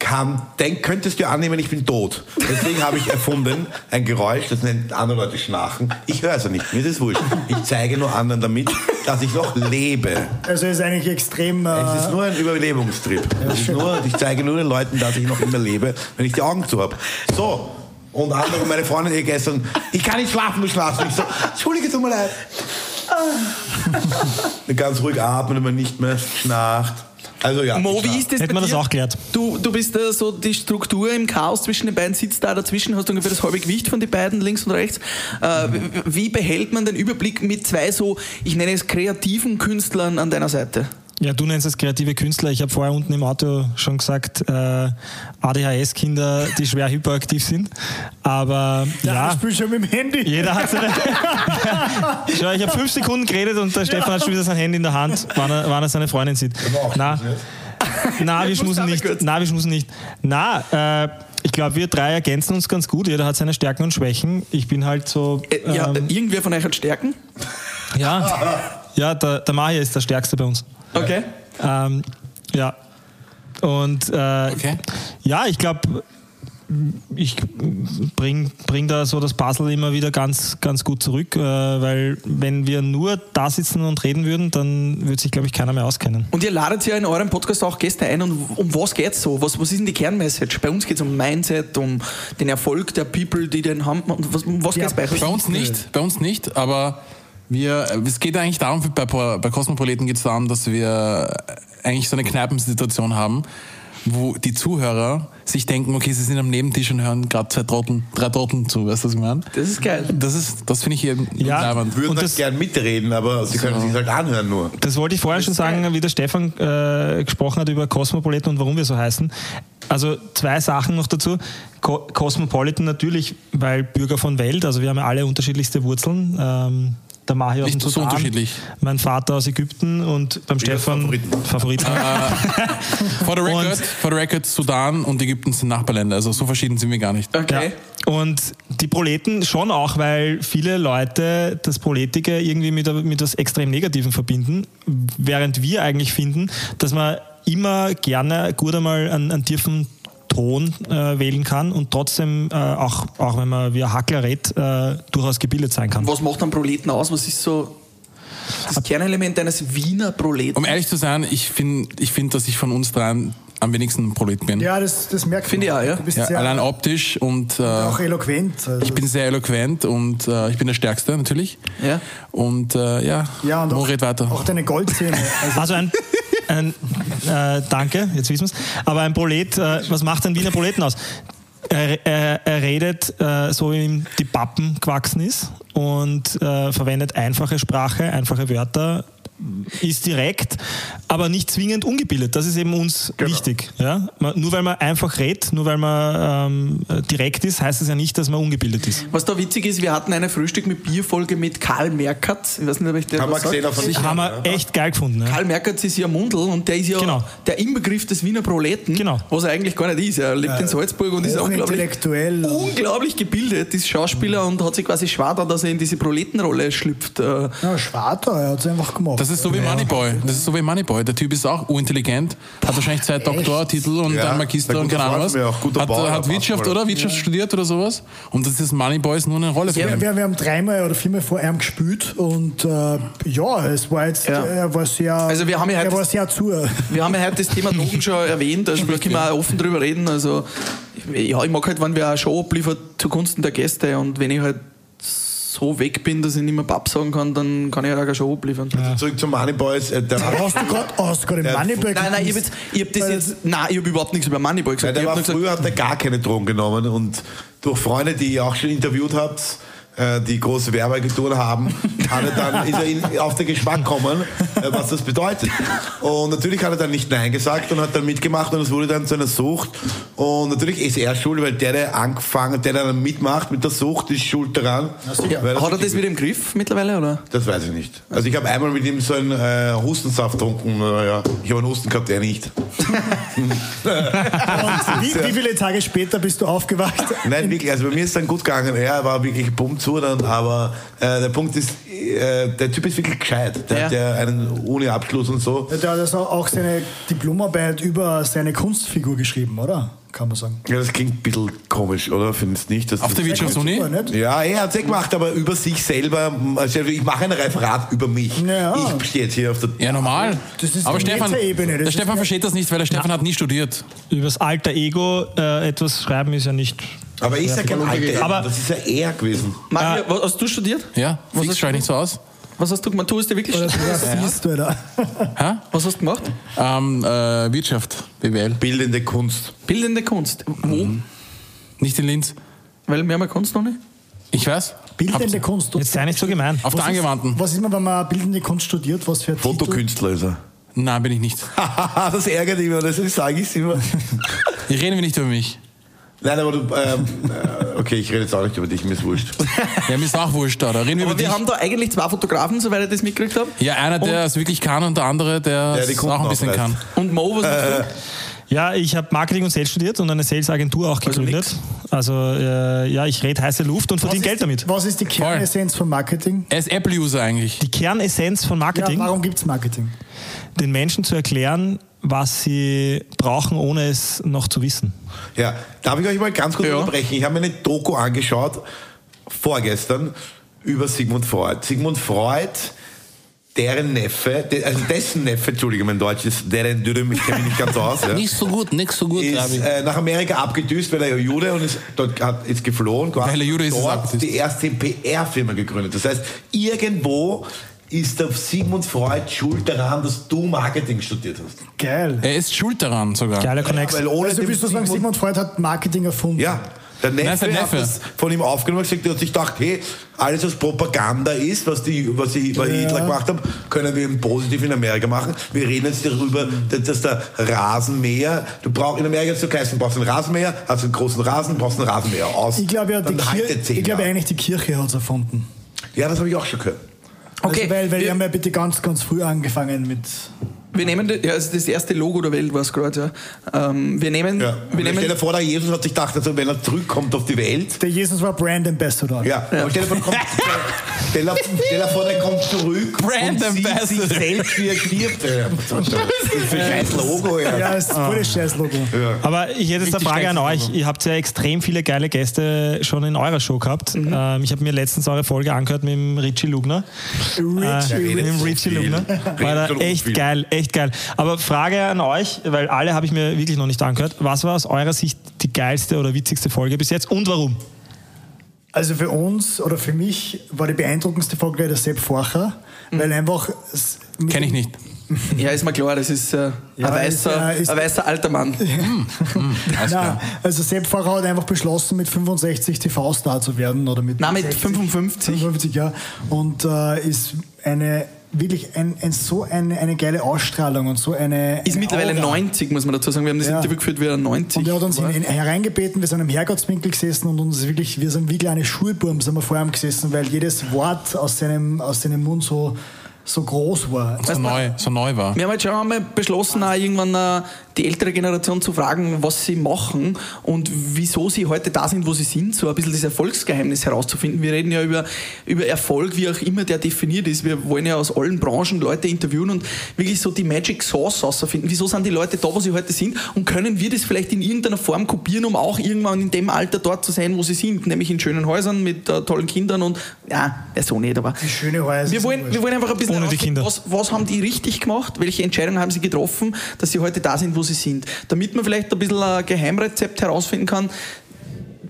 kann, denk, könntest du annehmen, ich bin tot. Deswegen habe ich erfunden, ein Geräusch, das nennt andere Leute Schnarchen. Ich höre es ja nicht, mir ist es wurscht. Ich zeige nur anderen damit, dass ich noch lebe. Also es ist eigentlich extrem... Äh, Es ist nur ein Überlebungstrip. Es ist nur, ich zeige nur den Leuten, dass ich noch immer lebe, wenn ich die Augen zu habe. So. Und andere, meine Freundin, ihr gestern, ich kann nicht schlafen, du schlafst nicht. So, Entschuldige, tut mir leid. Ah. Ganz ruhig atmen, wenn man nicht mehr schnarcht. Also Äh, ja. Mo, ich wie schnarch. ist das Hätten bei wir das dir? auch geklärt. Du, du bist da so die Struktur im Chaos zwischen den beiden, sitzt da dazwischen, hast ungefähr das halbe Gewicht von den beiden, links und rechts. Äh, w- Wie behält man den Überblick mit zwei so, ich nenne es kreativen Künstlern an deiner Seite? Ja, du nennst es kreative Künstler. Ich habe vorher unten im Auto schon gesagt, äh, ADHS-Kinder, die schwer hyperaktiv sind. Aber ja, ja, ich spiele schon mit dem Handy. jeder hat seine. Schau, ich habe fünf Sekunden geredet und der Stefan hat schon wieder sein Handy in der Hand, wann er, wann er seine Freundin sieht. auch Na, schmusen na, wir Ich muss schmusen aber nicht. kurz. Na, wir schmusen nicht. Na, äh, ich glaube, wir drei ergänzen uns ganz gut. Jeder hat seine Stärken und Schwächen. Ich bin halt so. Äh, ja, ähm, irgendwer von euch hat Stärken? ja, ja der, der Mario ist der Stärkste bei uns. Okay. Ähm, ja. Und äh, Okay. ja, ich glaube, ich bringe bring da so das Puzzle immer wieder ganz, ganz gut zurück, äh, weil wenn wir nur da sitzen und reden würden, dann würde sich, glaube ich, keiner mehr auskennen. Und ihr ladet ja in eurem Podcast auch Gäste ein. Und um was geht's so? Was, was ist denn die Kernmessage? Bei uns geht es um Mindset, um den Erfolg der People, die den haben. Und was, um was geht's bei euch? Bei uns nicht, bei uns nicht, aber wir, es geht eigentlich darum, bei, Pro- bei Cosmopoliten geht es darum, dass wir eigentlich so eine Kneipensituation haben, wo die Zuhörer sich denken, okay, sie sind am Nebentisch und hören gerade zwei Trotteln, drei Trotteln zu, weißt du, was ich meine? Das ist geil. Das ist, das finde ich eben Ja. leibend. Würden Und halt das- gern mitreden, aber sie können sich halt anhören nur. Das wollte ich vorher schon sagen, wie der Stefan äh, gesprochen hat über Cosmopolitan und warum wir so heißen. Also zwei Sachen noch dazu. Co Cosmopolitan natürlich, weil Bürger von Welt, also wir haben ja alle unterschiedlichste Wurzeln. Ähm, der Mahi aus Nicht dem so Sudan, unterschiedlich. mein Vater aus Ägypten und beim Stefan Favoriten. Favoriten. For the, record, Und- for the record, Sudan und Ägypten sind Nachbarländer, also so verschieden sind wir gar nicht. Okay. Ja. Und die Proleten schon auch, weil viele Leute das Proletige irgendwie mit, mit was extrem Negativen verbinden, während wir eigentlich finden, dass man immer gerne gut einmal einen, einen tiefen Ton äh, wählen kann und trotzdem, äh, auch, auch wenn man wie ein Hackler redet, äh, durchaus gebildet sein kann. Was macht einen Proleten aus? Was ist so das Kernelement eines Wiener Proleten? Um ehrlich zu sein, ich finde, ich find, dass ich von uns dreien am wenigsten Prolet bin. Ja, das, das merkt Finde ich man. auch, ja. Du bist Ja, sehr, allein optisch und äh, auch eloquent. Also, ich bin sehr eloquent und äh, ich bin der Stärkste natürlich. Ja. Und äh, ja, ja, und Mo auch, red weiter. auch deine Goldzähne. Also, Also ein, ein äh, danke, jetzt wissen wir's. Aber ein Prolet, äh, was macht ein Wiener Proleten aus? Er, er, er redet äh, so, wie ihm die Pappen gewachsen ist und äh, verwendet einfache Sprache, einfache Wörter, ist direkt, aber nicht zwingend ungebildet. Das ist eben uns Genau. wichtig. Ja? Man, nur weil man einfach redet, nur weil man ähm, direkt ist, heißt es ja nicht, dass man ungebildet ist. Was da witzig ist, wir hatten eine Frühstück mit Bierfolge mit Karl Merkert. Ich weiß nicht, ob ich der Haben wir was sagt. gesehen auf einem Haben wir echt geil gefunden. Ja? Karl Merkert ist ja Mundel und der ist ja Genau. der Inbegriff des Wiener Proleten, Genau. was er eigentlich gar nicht ist. Er lebt in Salzburg und ist unglaublich, Oh. Hochintellektuell. unglaublich gebildet, ist Schauspieler und hat sich quasi schwadert, dass er in diese Proletenrolle schlüpft. Äh, Ja, Schwarter, er hat es einfach gemacht. Das ist so wie Moneyboy. Das ist so wie Moneyboy. Der Typ ist auch urintelligent, hat wahrscheinlich zwei Doktortitel und Ja, einen Magister na gut, und keine das weiß Ahnung was. man ja auch. Guter Hat, Bauer, hat aber Wirtschaft, manchmal. oder? Wirtschaft studiert oder sowas. Und das ist Moneyboy ist nur eine Rolle für wir, ihn. wir, wir haben dreimal oder viermal vor ihm gespielt und äh, ja, es war jetzt, Ja. er war sehr, Also wir haben ja er heute- war sehr zu. Wir haben ja heute das Thema Drogen schon erwähnt, also da können wir auch offen drüber reden. Also, ja, ich mag halt, wenn wir eine Show abliefert zugunsten der Gäste und wenn ich halt so weg bin, dass ich nicht mehr Papp sagen kann, dann kann ich halt auch keine Show abliefern. Zurück zum Money Boys. Äh, der, Aber Hast du gerade hast du gerade Ja. im Moneybag Nein, nein, ich habe getanzt? hab das jetzt. Nein, ich habe überhaupt nichts über Moneyball Ja, gesagt. der Ich war hab nur gesagt, früher hat er gar keine Drogen genommen und durch Freunde, die ihr auch schon interviewt habt, äh, die große Werbeagenturen haben, hat er dann, ist er in, auf den Geschmack gekommen, äh, was das bedeutet. Und natürlich hat er dann nicht Nein gesagt und hat dann mitgemacht und es wurde dann zu einer Sucht. Und natürlich ist er schuld, weil der, der angefangen, der dann mitmacht mit der Sucht, ist schuld daran. ja, Weil hat er das wieder im Griff mittlerweile, oder? das weiß ich nicht. Also ich habe einmal mit ihm so einen äh, Hustensaft getrunken. Äh, ja. Ich habe einen Husten gehabt, er nicht. Und wie, wie viele Tage später bist du aufgewacht? Nein, wirklich, also bei mir ist dann gut gegangen. Er war wirklich bumm zu dann, aber äh, der Punkt ist, äh, der Typ ist wirklich gescheit. Der Ja. hat ja einen Uni-Abschluss und so. Ja, Der hat also auch seine Diplomarbeit über seine Kunstfigur geschrieben, oder? Kann man sagen. Ja, das klingt ein bisschen komisch, oder? Findest du nicht? dass Auf das- der Wirtschaftsuni? Super, nicht? Ja, er hat's eh gemacht, aber über sich selber. Also ich mache ein Referat über mich. Ja. Ich stehe jetzt hier auf der. Ja, normal. Das ist Aber die Stefan, Metaebene, das der ist Stefan ja- versteht das nicht, weil der Stefan hat nie studiert. Über das alter Ego äh, etwas schreiben ist ja nicht Aber ich sage kein Alter, Aber- das ist ja er gewesen. Mario, was, hast du studiert? Ja, Was fix hast, schau ich nicht so aus. was hast du gemacht? Du hast ja wirklich Oder studiert. was siehst du, Alter? Hä? Was hast du gemacht? Ähm, äh, Wirtschaft, BWL. Bildende Kunst. Bildende Kunst. Wo? Nicht in Linz. Weil mehr haben wir Kunst noch nicht. Ich weiß. Bildende Habt- Kunst. Jetzt sei nicht so gemein. Auf der Angewandten. Was ist man, wenn man bildende Kunst studiert? Was für ein Titel? Fotokünstler ist er. Nein, bin ich nicht. das ärgert ihn immer, deswegen sage ich es immer. Hier reden wir nicht über mich. Nein, aber du. Ähm, äh, okay, ich rede jetzt auch nicht über dich, mir ist wurscht. Ja, mir ist auch wurscht, da. Reden wir über Aber dich. wir haben da eigentlich zwei Fotografen, soweit ich das mitgekriegt habe. Ja, einer, der es wirklich kann und der andere, der Der die es Kunden auch ein bisschen aufreißt. kann. Und Mo, was hast du? Ja, ich habe Marketing und Sales studiert und eine Sales-Agentur auch gegründet. Also äh, ja, ich rede heiße Luft und verdiene ist die, Geld damit. Was ist die Kernessenz von Marketing? Er ist Apple-User eigentlich. Die Kernessenz von Ja, Marketing, warum gibt es Marketing? den Menschen zu erklären, was sie brauchen, ohne es noch zu wissen. Ja, darf ich euch mal ganz kurz Ja. unterbrechen? Ich habe mir eine Doku angeschaut, vorgestern, über Sigmund Freud. Sigmund Freud, deren Neffe, de, also dessen Neffe, Entschuldigung, mein Deutsch ist deren Dürüm, ich kenne mich nicht ganz aus. Ja. Nicht so gut, nicht so gut, ist Rabi. äh, nach Amerika abgedüst, weil er ja Jude und ist, dort hat, ist geflohen. Weil er Jude ist, ist er dort abgedüst. die erste PR-Firma gegründet. Das heißt, irgendwo ist der Sigmund Freud schuld daran, dass du Marketing studiert hast. Geil. Er ist schuld daran sogar. Geiler Connex. Weil ohne Also den willst du sagen, Sigmund Freud hat Marketing erfunden? Ja, der Neffe, Nein, sein hat Neffe. das von ihm aufgenommen und gesagt, er hat sich gedacht, hey, alles was Propaganda ist, was, die, was, die, was Hitler gemacht haben, können wir eben positiv in Amerika machen. Wir reden jetzt darüber, dass, dass der Rasenmäher, du brauchst in Amerika zu geheißen, du brauchst einen Rasenmäher, hast einen großen Rasen, brauchst einen Rasenmäher aus. Ich glaube ja, die Dann halt haltet Kir- zehn ich glaube Jahre. eigentlich, die Kirche hat es erfunden. Ja, das habe ich auch schon gehört. Okay, Also weil, weil die wir, haben ja bitte ganz, ganz früh angefangen mit. wir nehmen das, ja, das ist das erste Logo der Welt, war es gerade. Ja. Ähm, wir nehmen, Ja. wir Und stell dir nehmen vor, der Jesus hat sich gedacht, also wenn er zurückkommt auf die Welt, Der Jesus war Brand Ambassador. Ja, aber stell dir vor, kommt, stell, dir- stell dir vor, der kommt zurück Brand und sieht Ambassador. sich selbst, wie er stirbt. Ja, was ist Für scheiß Logo, Äh, ja. Ja, das ist voll das Scheiß-Logo. Aber ich hätte jetzt eine Richtig Frage an schlecht, euch. Ihr habt ja extrem viele geile Gäste schon in eurer Show gehabt. Mhm. Ähm, ich habe mir letztens eure Folge angehört mit dem Richie Lugner. Richie äh, mit dem so Richie viel. Lugner. War da so echt viel. geil, echt geil. Aber Frage an euch, weil alle habe ich mir wirklich noch nicht angehört. Was war aus eurer Sicht die geilste oder witzigste Folge bis jetzt und warum? Also für uns oder für mich war die beeindruckendste Folge der Sepp Forcher, weil einfach. es- mit- Kenne ich nicht. Ja, ist mir klar, das ist äh, Ja, ein, weißer, ist, äh, ist- ein weißer alter Mann. Alles Nein, klar. also Sepp Forcher hat einfach beschlossen, mit 65 TV-Star zu werden oder mit. Nein, mit 60. 55. 55 Jahre und äh, ist eine wirklich ein, ein, so eine, eine geile Ausstrahlung und so eine. Ist eine mittlerweile Aura. 90, muss man dazu sagen. Wir haben das Ja. Interview geführt, wie er 90 Und er hat uns in, war. in, hereingebeten, wir sind im Herrgottswinkel gesessen und uns wirklich, wir sind wie kleine Schulbuben, sind wir vor ihm gesessen, weil jedes Wort aus seinem, aus seinem Mund so, so groß war. So neu, so neu war. Wir haben jetzt schon einmal beschlossen, auch irgendwann äh, die ältere Generation zu fragen, was sie machen und wieso sie heute da sind, wo sie sind, so ein bisschen das Erfolgsgeheimnis herauszufinden. Wir reden ja über, über Erfolg, wie auch immer der definiert ist. Wir wollen ja aus allen Branchen Leute interviewen und wirklich so die Magic Sauce herausfinden. Wieso sind die Leute da, wo sie heute sind und können wir das vielleicht in irgendeiner Form kopieren, um auch irgendwann in dem Alter dort zu sein, wo sie sind, nämlich in schönen Häusern mit äh, tollen Kindern und, ja, der so nicht, aber... Schöne Häuser. Wir wollen, wir wollen einfach ein bisschen Ohne die herausfinden, Kinder. was, was haben die richtig gemacht, welche Entscheidungen haben sie getroffen, dass sie heute da sind, wo sie sind. Damit man vielleicht ein bisschen ein Geheimrezept herausfinden kann.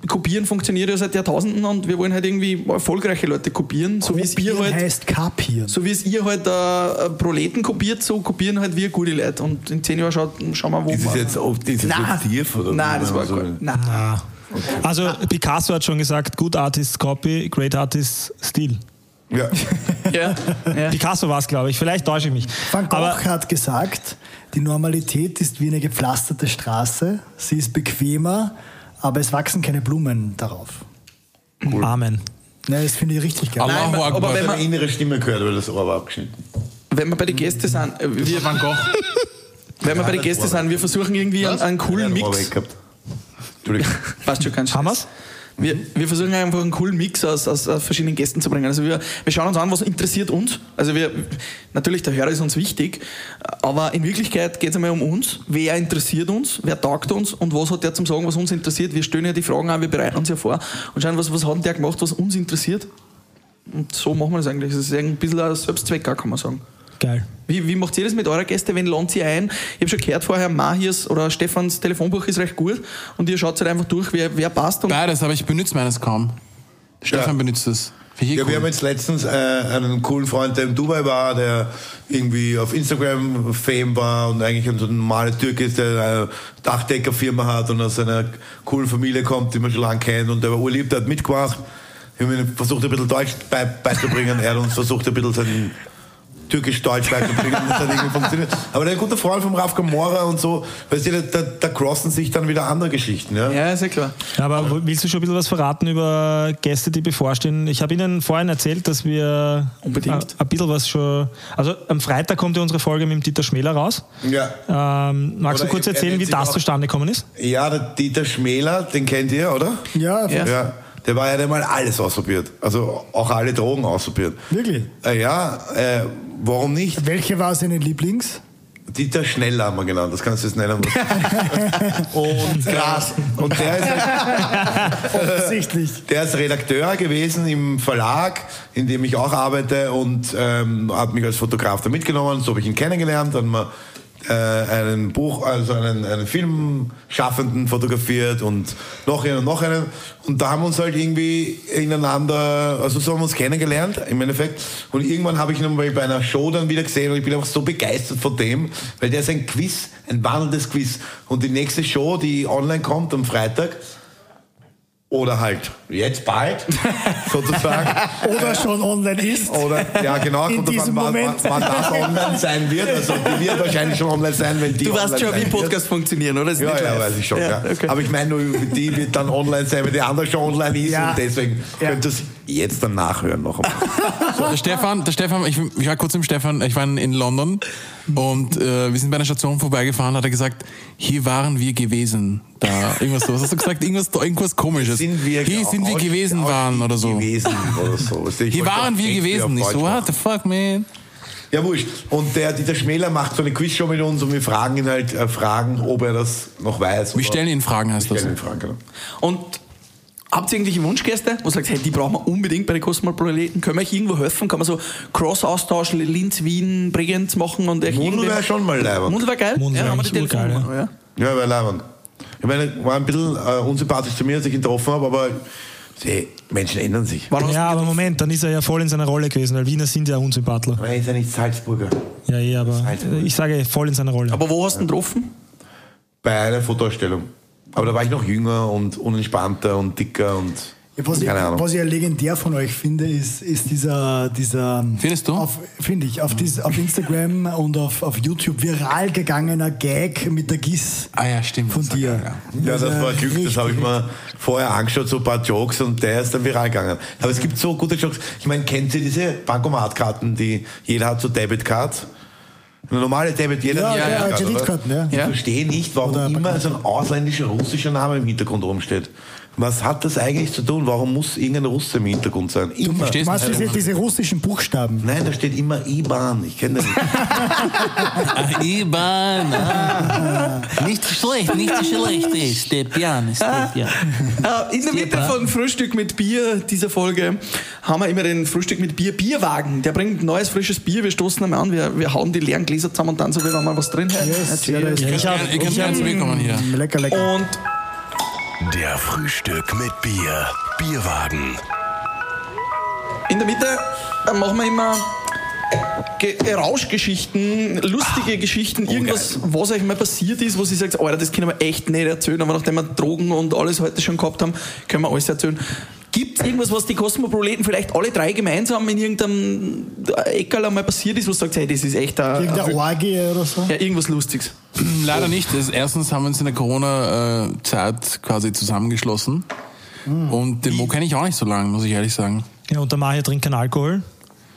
Kopieren funktioniert ja seit Jahrtausenden und wir wollen halt irgendwie erfolgreiche Leute kopieren, so wie es ihr Kopieren halt, heißt kapieren. so wie es ihr halt äh, Proleten kopiert, so kopieren halt wir gute Leute. Und in zehn Jahren schaut, schauen wir, wo Ist es jetzt, ob, ist es Nein. jetzt tief? Oder Nein, das war so? gut. Nein. Also Picasso hat schon gesagt, good artist copy, great artist steal. Ja. Ja. Ja. Picasso war es, glaube ich. Vielleicht täusche ich mich. Van Gogh Aber hat gesagt, die Normalität ist wie eine gepflasterte Straße, sie ist bequemer, aber es wachsen keine Blumen darauf. Amen. Ne, das finde ich richtig geil. Aber- Nein, Allahu aber Akbar. wenn Wenn man wir, Also innere Stimme gehört, weil das Ohr war abgeschnitten. wenn wir bei den Gästen sind, äh, wir, Van Gogh. wenn wir bei den das Gästen war- sind, wir versuchen irgendwie einen, einen coolen Ja, ein Ohr Mix. weggehabt. Entschuldigung. Passt schon kein Scheiß. Haben wir's? Wir, wir versuchen einfach einen coolen Mix aus, aus, aus verschiedenen Gästen zu bringen. Also wir, wir schauen uns an, was interessiert uns. Also wir, natürlich, der Hörer ist uns wichtig, aber in Wirklichkeit geht es einmal um uns. Wer interessiert uns? Wer taugt uns? Und was hat der zum Sagen, was uns interessiert? Wir stellen ja die Fragen an, wir bereiten uns ja vor und schauen, was, was hat denn der gemacht, was uns interessiert? Und so machen wir das eigentlich. Das ist ein bisschen ein Selbstzweck, auch, kann man sagen. Geil. Wie, wie macht ihr das mit eurer Gäste? Wen lohnt ihr ein? Ich habe schon gehört vorher, Mahirs oder Stefans Telefonbuch ist recht gut und ihr schaut halt einfach durch, wer, wer passt. Und Beides, aber ich benutze meines kaum. Stefan benutzt es. Finde ich Ja, wir haben cool. jetzt letztens äh, einen coolen Freund, der in Dubai war, der irgendwie auf Instagram Fame war und eigentlich ein so ein normaler Türke ist, der eine Dachdeckerfirma hat und aus einer coolen Familie kommt, die man schon lange kennt und der war urlieb, der hat mitgemacht. Wir haben ihm versucht, ein bisschen Deutsch bei, beizubringen. Er hat uns versucht, ein bisschen seinen türkisch-deutsch weiterbringen. Das hat irgendwie funktioniert. Aber der gute Freund vom Raf Gamora und so, weißt du, da, da crossen sich dann wieder andere Geschichten. Ja? Ja, ist ja klar. Aber willst du schon ein bisschen was verraten über Gäste, die bevorstehen? Ich habe Ihnen vorhin erzählt, dass wir Unbedingt. a- ein bisschen was schon. Also am Freitag kommt ja unsere Folge mit dem Dieter Schmäler raus. Ja. Ähm, magst Oder du kurz er- er erzählen, nennt wie sich das auch- zustande gekommen ist? Ja, der Dieter Schmäler, den kennt ihr, oder? Ja, Ja. Ja. Der war ja der mal alles ausprobiert. Also auch alle Drogen ausprobiert. Wirklich? Äh, ja, äh, warum nicht? welche war seine Lieblings? Dieter Schneller haben wir genannt, das kannst du jetzt nennen. und Gras. Und der ist, Äh. Offensichtlich. der ist Redakteur gewesen im Verlag, in dem ich auch arbeite und ähm, hat mich als Fotograf da mitgenommen. So habe ich ihn kennengelernt. Dann haben wir äh, einen Buch, also einen, einen Filmschaffenden fotografiert und noch einen und noch einen. Und da haben wir uns halt irgendwie ineinander, also so haben wir uns kennengelernt im Endeffekt. Und irgendwann habe ich ihn mal bei einer Show dann wieder gesehen und ich bin einfach so begeistert von dem, weil der ist ein Quiz, ein wandelndes Quiz. Und die nächste Show, die online kommt am Freitag, oder halt jetzt bald, sozusagen. Oder schon online ist. Oder, ja, genau, In kommt drauf diesem an, wann, wann, Moment. wann das online sein wird. Also, die wird wahrscheinlich schon online sein, wenn die. Du weißt online schon, wie sein wird. Podcasts funktionieren, oder? Ist Ja, nicht ja, live. weiß ich schon. Ja, okay. Aber ich meine nur, die wird dann online sein, wenn die andere schon online ist. Ja. Und deswegen Ja. könnt ihr es jetzt dann nachhören noch einmal. Der Stefan, der Stefan, ich, ich war kurz im Stefan, ich war in- in London und äh, wir sind bei einer Station vorbeigefahren, hat er gesagt, hier waren wir gewesen. Da, irgendwas so. Was hast du gesagt? Irgendwas, irgendwas komisches. Sind wir hier sind wir aus- gewesen aus- waren oder so. Gewesen oder so. Ich Hier wollte waren auch wir nicht auf gewesen. Ich so, Deutsch what the fuck, man? Ja, wurscht. Und der Dieter Schmäler macht so eine Quizshow mit uns und wir fragen ihn halt, äh, fragen, ob er das noch weiß. Wir oder- stellen ihn Fragen, heißt Wir das. stellen ihn Fragen, genau. Und habt ihr irgendwelche Wunschgäste, wo ihr sagt, hey, die brauchen wir unbedingt bei den Kosmopoliten? Können wir euch irgendwo helfen? Kann man so Cross-Austausch Linz, Wien, Bregenz machen und echt Mundl wäre schon mal leibend. Mundl wäre geil. Mundl ja, wär haben wir die eigentlich urgeil, Telefonnummer. Ja. Ja, war leibend. Ich meine, war ein bisschen äh, unsympathisch zu mir, als ich ihn getroffen habe, aber die Menschen ändern sich. Wann hast Ja, aber Moment, dann ist er ja voll in seiner Rolle gewesen, weil Wiener sind ja Unsympathler. Aber er ist ja nicht Salzburger. Ja, eh, aber Halt. ich sage voll in seiner Rolle. aber wo hast du ihn getroffen? Bei einer Fotoausstellung. Aber da war ich noch jünger und unentspannter und dicker und Ja, was, ich, keine Ahnung. was ich ja legendär von euch finde, ist, ist dieser, dieser Findest du? auf- Finde ich, auf, dies, auf Instagram und auf, auf YouTube viral gegangener Gag mit der GIS Ah ja, stimmt. von Das war dir. geil, Ja, das war ein Glück, das richtig- habe ich mir vorher angeschaut, so ein paar Jokes und der ist dann viral gegangen. Aber es gibt so gute Jokes. Ich meine, kennt ihr diese Bankomatkarten, die jeder hat, so Debitcard? Eine normale Debit, jeder Ja, hat eine ja, Debitcard, oder? Kreditkarten, ja. Ich verstehe nicht, warum Oder immer so ein ausländischer, russischer Name im Hintergrund rumsteht. Was hat das eigentlich zu tun? Warum muss irgendein Russe im Hintergrund sein? Immer. verstehst- Du meinst diese, diese russischen Buchstaben? Nein, da steht immer IBAN. Ich kenne das nicht. Ach, Iban. ah. Nicht so schlecht, nicht so schlecht ist. Der Pian ist der Pian. Äh, in der Mitte von Frühstück mit Bier dieser Folge haben wir immer den Frühstück mit Bier Bierwagen. Der bringt neues, frisches Bier. Wir stoßen einmal an, wir, wir hauen die leeren Gläser zusammen und dann so, wenn wir mal was drin hätten. Yes, ja, das Cheers. Ich ist kann, ich kann ganz willkommen hier. lecker, lecker. Und Der Frühstück mit Bier. Bierwagen. in der Mitte äh, machen wir immer Ge äh, Rauschgeschichten, lustige Geschichten, irgendwas, was euch mal passiert ist, wo sie sagt, Alter, das können wir echt nicht erzählen, aber nachdem wir Drogen und alles heute schon gehabt haben, können wir alles erzählen. Gibt es irgendwas, was die Kosmoproleten vielleicht alle drei gemeinsam in irgendeinem äh, Eckerl einmal passiert ist, wo du sagst, hey, das ist echt ein, Irgendeine ja, Orgie oder so? irgendwas Lustiges? Hm, Leider nicht. Das- Erstens haben wir uns in der Corona-Zeit quasi zusammengeschlossen. Und den Mo kenne ich auch nicht so lange, muss ich ehrlich sagen. Ja, und der Mario trinkt keinen Alkohol.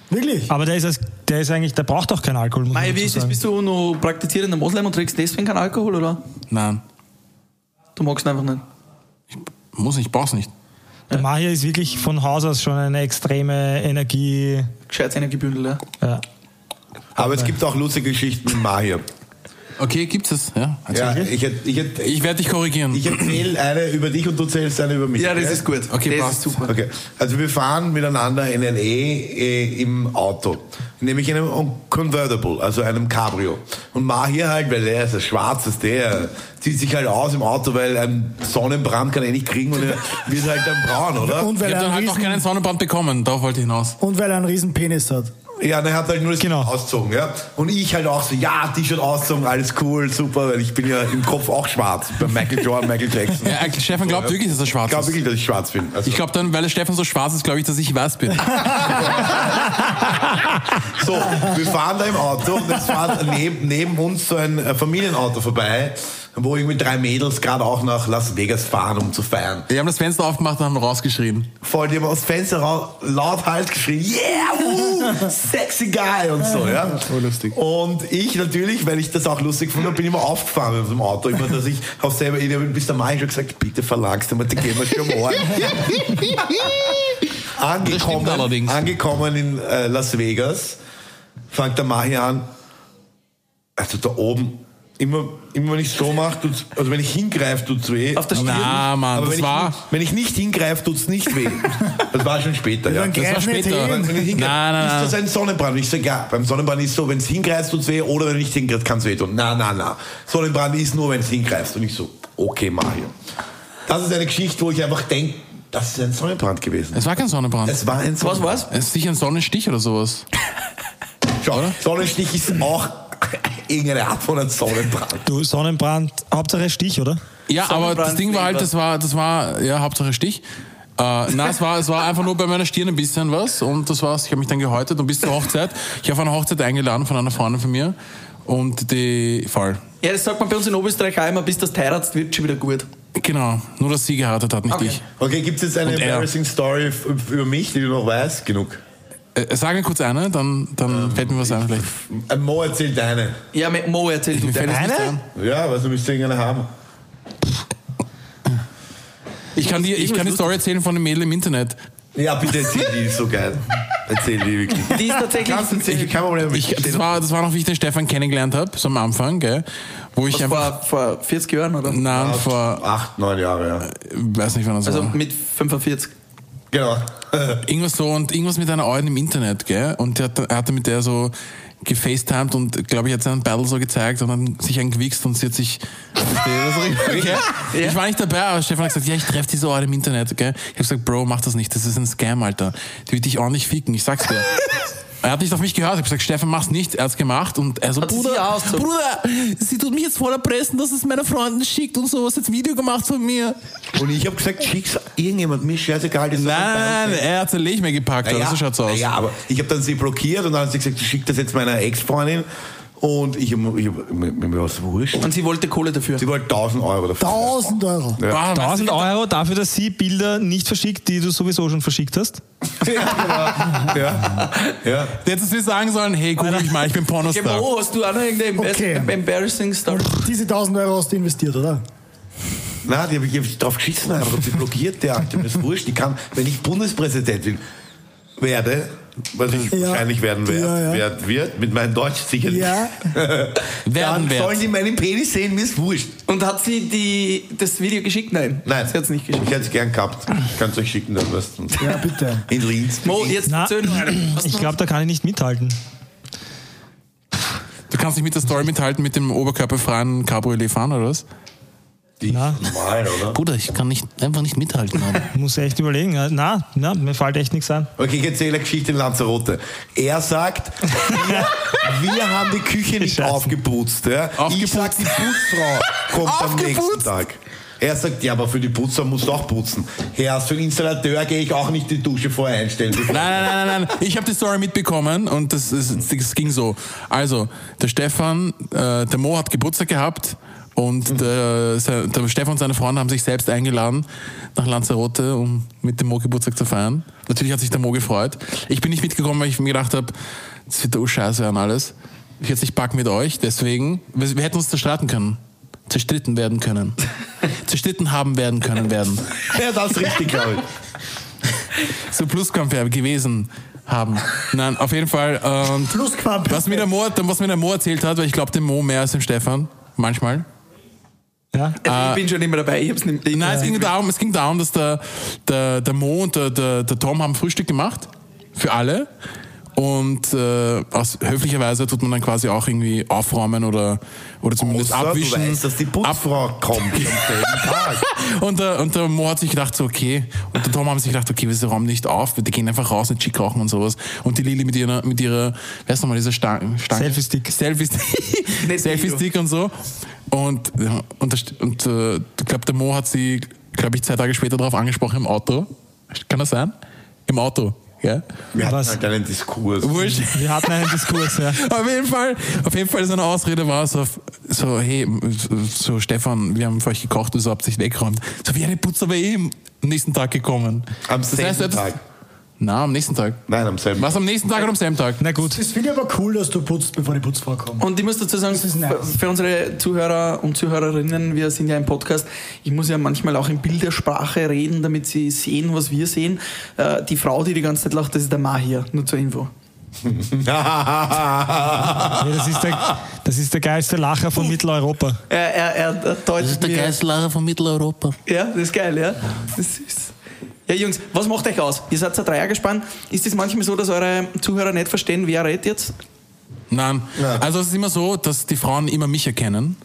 Wirklich? Aber der ist, als, der ist eigentlich, der braucht auch keinen Alkohol. Muss man Mei, dazu wie ist das? sagen. Bist du noch praktizierender Moslem und trinkst deswegen keinen Alkohol, oder? Nein, Du magst ihn einfach nicht. muss nicht, brauch's nicht. Der Mario ist wirklich von Haus aus schon eine extreme Energie. Gescheit Energiebündel, ja. Ja. Aber es gibt auch lustige Geschichten mit Mahir. Okay, gibt's es, ja. Also, Ja, ich hätte- ich hätte- Ich werde dich korrigieren. ich erzähle eine über dich und du zählst eine über mich. Ja, das gell? ist gut. Okay, das passt. ist super. Okay. Also wir fahren miteinander in L.A. äh, im Auto, nämlich in einem Convertible, also einem Cabrio. Und Mahir halt, weil er ist ein schwarzes, der zieht sich halt aus im Auto, weil ein Sonnenbrand kann er nicht kriegen und er wird halt dann braun, oder? Und Ich habe weil, er dann einen halt noch riesen, keinen Sonnenbrand bekommen, darauf wollte ich hinaus. und weil er einen riesen Penis hat. Ja, und er hat halt nur das Genau. auszogen, ja. Und ich halt auch so, ja, T-Shirt auszogen, alles cool, super, weil ich bin ja im Kopf auch schwarz. Bei Michael Jordan, Michael Jackson. Ja, äh, Stefan glaubt wirklich, dass er Ich schwarz glaube ist. wirklich, dass ich schwarz bin. Also, Ich glaube dann, weil der Stefan so schwarz ist, glaube ich, dass ich weiß bin. so, wir fahren da im Auto und es fährt neben, neben uns so ein äh, Familienauto vorbei, wo irgendwie drei Mädels gerade auch nach Las Vegas fahren, um zu feiern. Die haben das Fenster aufgemacht und haben rausgeschrien. vor dem aus dem Fenster raus, laut halt geschrien, yeah, woo, sexy guy und so, ja. lustig. Und ich natürlich, weil ich das auch lustig fand, bin immer aufgefahren mit dem Auto, immer, dass ich auf selber Idee bin, bis der Mann schon gesagt, bitte verlangst du mal, die gehen wir schon morgen. angekommen, Das stimmt allerdings. angekommen in äh, Las Vegas, fängt der Mahi an, also da oben, immer, immer wenn ich so mache, tut's- also wenn ich hingreife, tut's weh. Auf der Stirn. Na, Ah, Mann, Aber das wenn war. Ich, wenn ich nicht hingreife, tut's nicht weh. Das war schon später, ja. Das war Greif nicht später. Wenn Nein, ich hingreife, nein, nein. Ist das ein Sonnenbrand? Ich sage, ja, beim Sonnenbrand ist so, wenn es hingreifst, tut's weh, oder wenn du nicht hingreifst, kann's weh tun. Na, na, na. Sonnenbrand ist nur, wenn es hingreifst. Und ich so, okay, Mario. Das ist eine Geschichte, wo ich einfach denke, das ist ein Sonnenbrand gewesen. Es war kein Sonnenbrand. Es Es war ein Was Sonnenbrand. war's? ist sicher ein Sonnenstich oder sowas. Schau, Sonnenstich ist auch irgendeine Art von einem Sonnenbrand. Du, Sonnenbrand, Hauptsache Stich, oder? Ja, aber das Sonnenbrand, Ding war halt, irgendwas. das war, das war, ja, Hauptsache Stich. Äh, na, es war, es war einfach nur bei meiner Stirn ein bisschen was und das war's. Ich habe mich dann gehäutet und bis zur Hochzeit. Ich habe auf eine Hochzeit eingeladen von einer Freundin von mir und die voll. Ja, das sagt man bei uns in Oberösterreich auch immer, bis das heiratst, wird schon wieder gut. Genau, nur dass sie geheiratet hat, nicht Okay. ich. Okay, gibt's jetzt eine Und er. embarrassing Story f- über mich, die du noch weißt? Genug. Äh, sag mir kurz eine, dann, dann fällt mir was ein vielleicht. Äh, Mo erzählt deine. Ja, mit Mo erzähl du Mir fällt deine. es nicht ein. Ja, was du müsstest irgendeine haben. Ich kann, die, ich kann die Story erzählen von einem Mädel im Internet. Ja, bitte erzähl die, ist so geil. Erzähl die wirklich. Die ist tatsächlich. Kannst du erzählen, kein Problem. Ich, das, war, das war noch, wie ich den Stefan kennengelernt habe, so am Anfang, gell? Wo ich Was, einfach. vor, vor 40 Jahren, oder? Nein, vor. Acht, neun Jahre, ja. Weiß nicht, wann das Also war. mit 45. Genau. Irgendwas so und irgendwas mit einer Alten im Internet, gell? Und der hat, er hatte mit der so gefacetimed und, glaube ich, hat seinen Battle so gezeigt und dann sich angewichst und sie hat sich. Gell? Ich war nicht dabei, aber Stefan hat gesagt, ja, ich treffe diese Alten im Internet, gell? Ich habe gesagt, Bro, mach das nicht, das ist ein Scam, Alter. Die wird dich ordentlich ficken, ich sag's dir. Er hat nicht auf mich gehört, ich hab gesagt, Stefan, mach's nicht. Er hat's gemacht und er so, Hat sie Bruder, sich ausgezogen? Bruder, sie tut mich jetzt voll erpressen, dass es meiner Freundin schickt und sowas, jetzt Video gemacht von mir. Und ich habe gesagt, schick's irgendjemand, mir ist scheißegal. Die Nein, er hat's ein Lech mehr gepackt, ja, oder? so schaut's aus. Ja, aber ich habe dann sie blockiert und dann hat sie gesagt, schick das jetzt meiner Ex-Freundin. Und ich habe ich hab, mir, mir was wurscht. Und sie wollte Kohle dafür. Sie wollte 1000 Euro dafür. 1000 Euro. Bah, weißt du, 1000 Euro dafür, dass sie Bilder nicht verschickt, die du sowieso schon verschickt hast. ja, genau. ja, ja. Jetzt wir sagen sollen, hey, guck mich mal, ich bin Ja, Pornostar. Mo, hast du auch noch irgendeine embar- Okay. embarrassing Story? Diese 1000 Euro hast du investiert, oder? Nein, die habe ich, die hab ich drauf geschissen, aber sie blockiert, der Alte. Mir ist wurscht. Ich kann, wenn ich Bundespräsidentin werde, was ich Ja. wahrscheinlich werden werde, Ja, ja. werd, wird, mit meinem Deutsch sicherlich. Ja. Werden Dann sollen wert. die meinen Penis sehen, mir ist wurscht. Und hat sie die, das Video geschickt? Nein. Nein, Sie hat's nicht Ich geschickt. hätte es gern gehabt. Ich kann es euch schicken, dann was. Ja, bitte. In Linz. Mo, jetzt Na, erzähl mal. Was ich noch? glaube, da kann ich nicht mithalten. Du kannst nicht mit der Story mithalten mit dem oberkörperfreien Cabriolet fahren, oder was? Die ist Na. normal, oder? Bruder, ich kann nicht, einfach nicht mithalten. Muss echt überlegen. Na, na mir fällt echt nichts ein. Okay, ich erzähle eine Geschichte in Lanzarote. Er sagt, wir, wir haben die Küche nicht Scheiße. aufgeputzt. Ja? Ich Aufgeputzt. sag, die Putzfrau kommt am nächsten Aufgeputzt. Tag. Er sagt, ja, aber für die Putzer musst du auch putzen. Herr, für den Installateur gehe ich auch nicht die Dusche vorher einstellen. Nein, nein, nein, nein, nein. Ich habe die Story mitbekommen und das, ist, das ging so. Also, der Stefan, äh, der Mo hat Geburtstag gehabt und der, se- der Stefan und seine Freunde haben sich selbst eingeladen nach Lanzarote, um mit dem Mo Geburtstag zu feiern. Natürlich hat sich der Mo gefreut. Ich bin nicht mitgekommen, weil ich mir gedacht habe, das wird der Scheiße an alles. Ich hätte nicht backen mit euch, deswegen. Wir, wir hätten uns zerstreiten können. Zerstritten werden können. Zerstritten haben werden können werden Ja, das ist richtig, glaube so Plusquamperbe gewesen haben. Nein, auf jeden Fall. Und Plusquamperbe. Was mir der Mo, was mir der Mo erzählt hat, weil ich glaube dem Mo mehr als dem Stefan. Manchmal. Ja. Also ich bin schon immer dabei. Ich hab's nicht. Ich Nein, es ging darum, es ging um, darum, dass der, der, der Mo und der, der, der Tom haben Frühstück gemacht. Für alle. Und äh, aus höflicherweise tut man dann quasi auch irgendwie aufräumen oder, oder zumindest Außer abwischen. Du weißt, dass die Putzfrau kommt am selben Tag. Und der, und der Mo hat sich gedacht, so, okay. Und der Tom haben sich gedacht, okay, wir räumen nicht auf, die gehen einfach raus, nicht schick rauchen und sowas. Und die Lili mit ihrer, mit ihrer, wer ist nochmal, dieser Stange? Stange? Selfie-Stick. Selfie-Stick. Nicht Selfie-Stick und so. Und, ja, und, das, und äh, ich glaube, der Mo hat sie, glaube ich, zwei Tage später darauf angesprochen im Auto. Kann das sein? Im Auto, ja? Wir hatten Was? halt einen Diskurs. Wurscht. Wir hatten einen Diskurs, ja. Auf jeden Fall, auf jeden Fall so eine Ausrede war so, so hey, so Stefan, wir haben für euch gekocht, wieso habt ihr nicht weggeräumt? So wie eine Putzer bei ihm. Am nächsten Tag gekommen. Am Das selben heißt, er hat- Tag. Na, am nächsten Tag. Nein, am selben Was am nächsten Tag oder am selben Tag? Na gut. Das finde ich aber cool, dass du putzt, bevor die Putzfrau kommt. Und ich muss dazu sagen, ist nice. für- für unsere Zuhörer und Zuhörerinnen, wir sind ja ein Podcast, ich muss ja manchmal auch in Bildersprache reden, damit sie sehen, was wir sehen. Äh, die Frau, die die ganze Zeit lacht, das ist der Mahir, nur zur Info. Ja, das, ist der, das ist der geilste Lacher von Mitteleuropa. Er, er, er, er deutet mir- Geißlacher von Mitteleuropa. Ja, das ist geil, ja. Das ist süß. Ja, Jungs, was macht euch aus? Ihr seid ein Dreiergespann. Ist es manchmal so, dass eure Zuhörer nicht verstehen, wer redet jetzt? Nein. Also es ist immer so, dass die Frauen immer mich erkennen,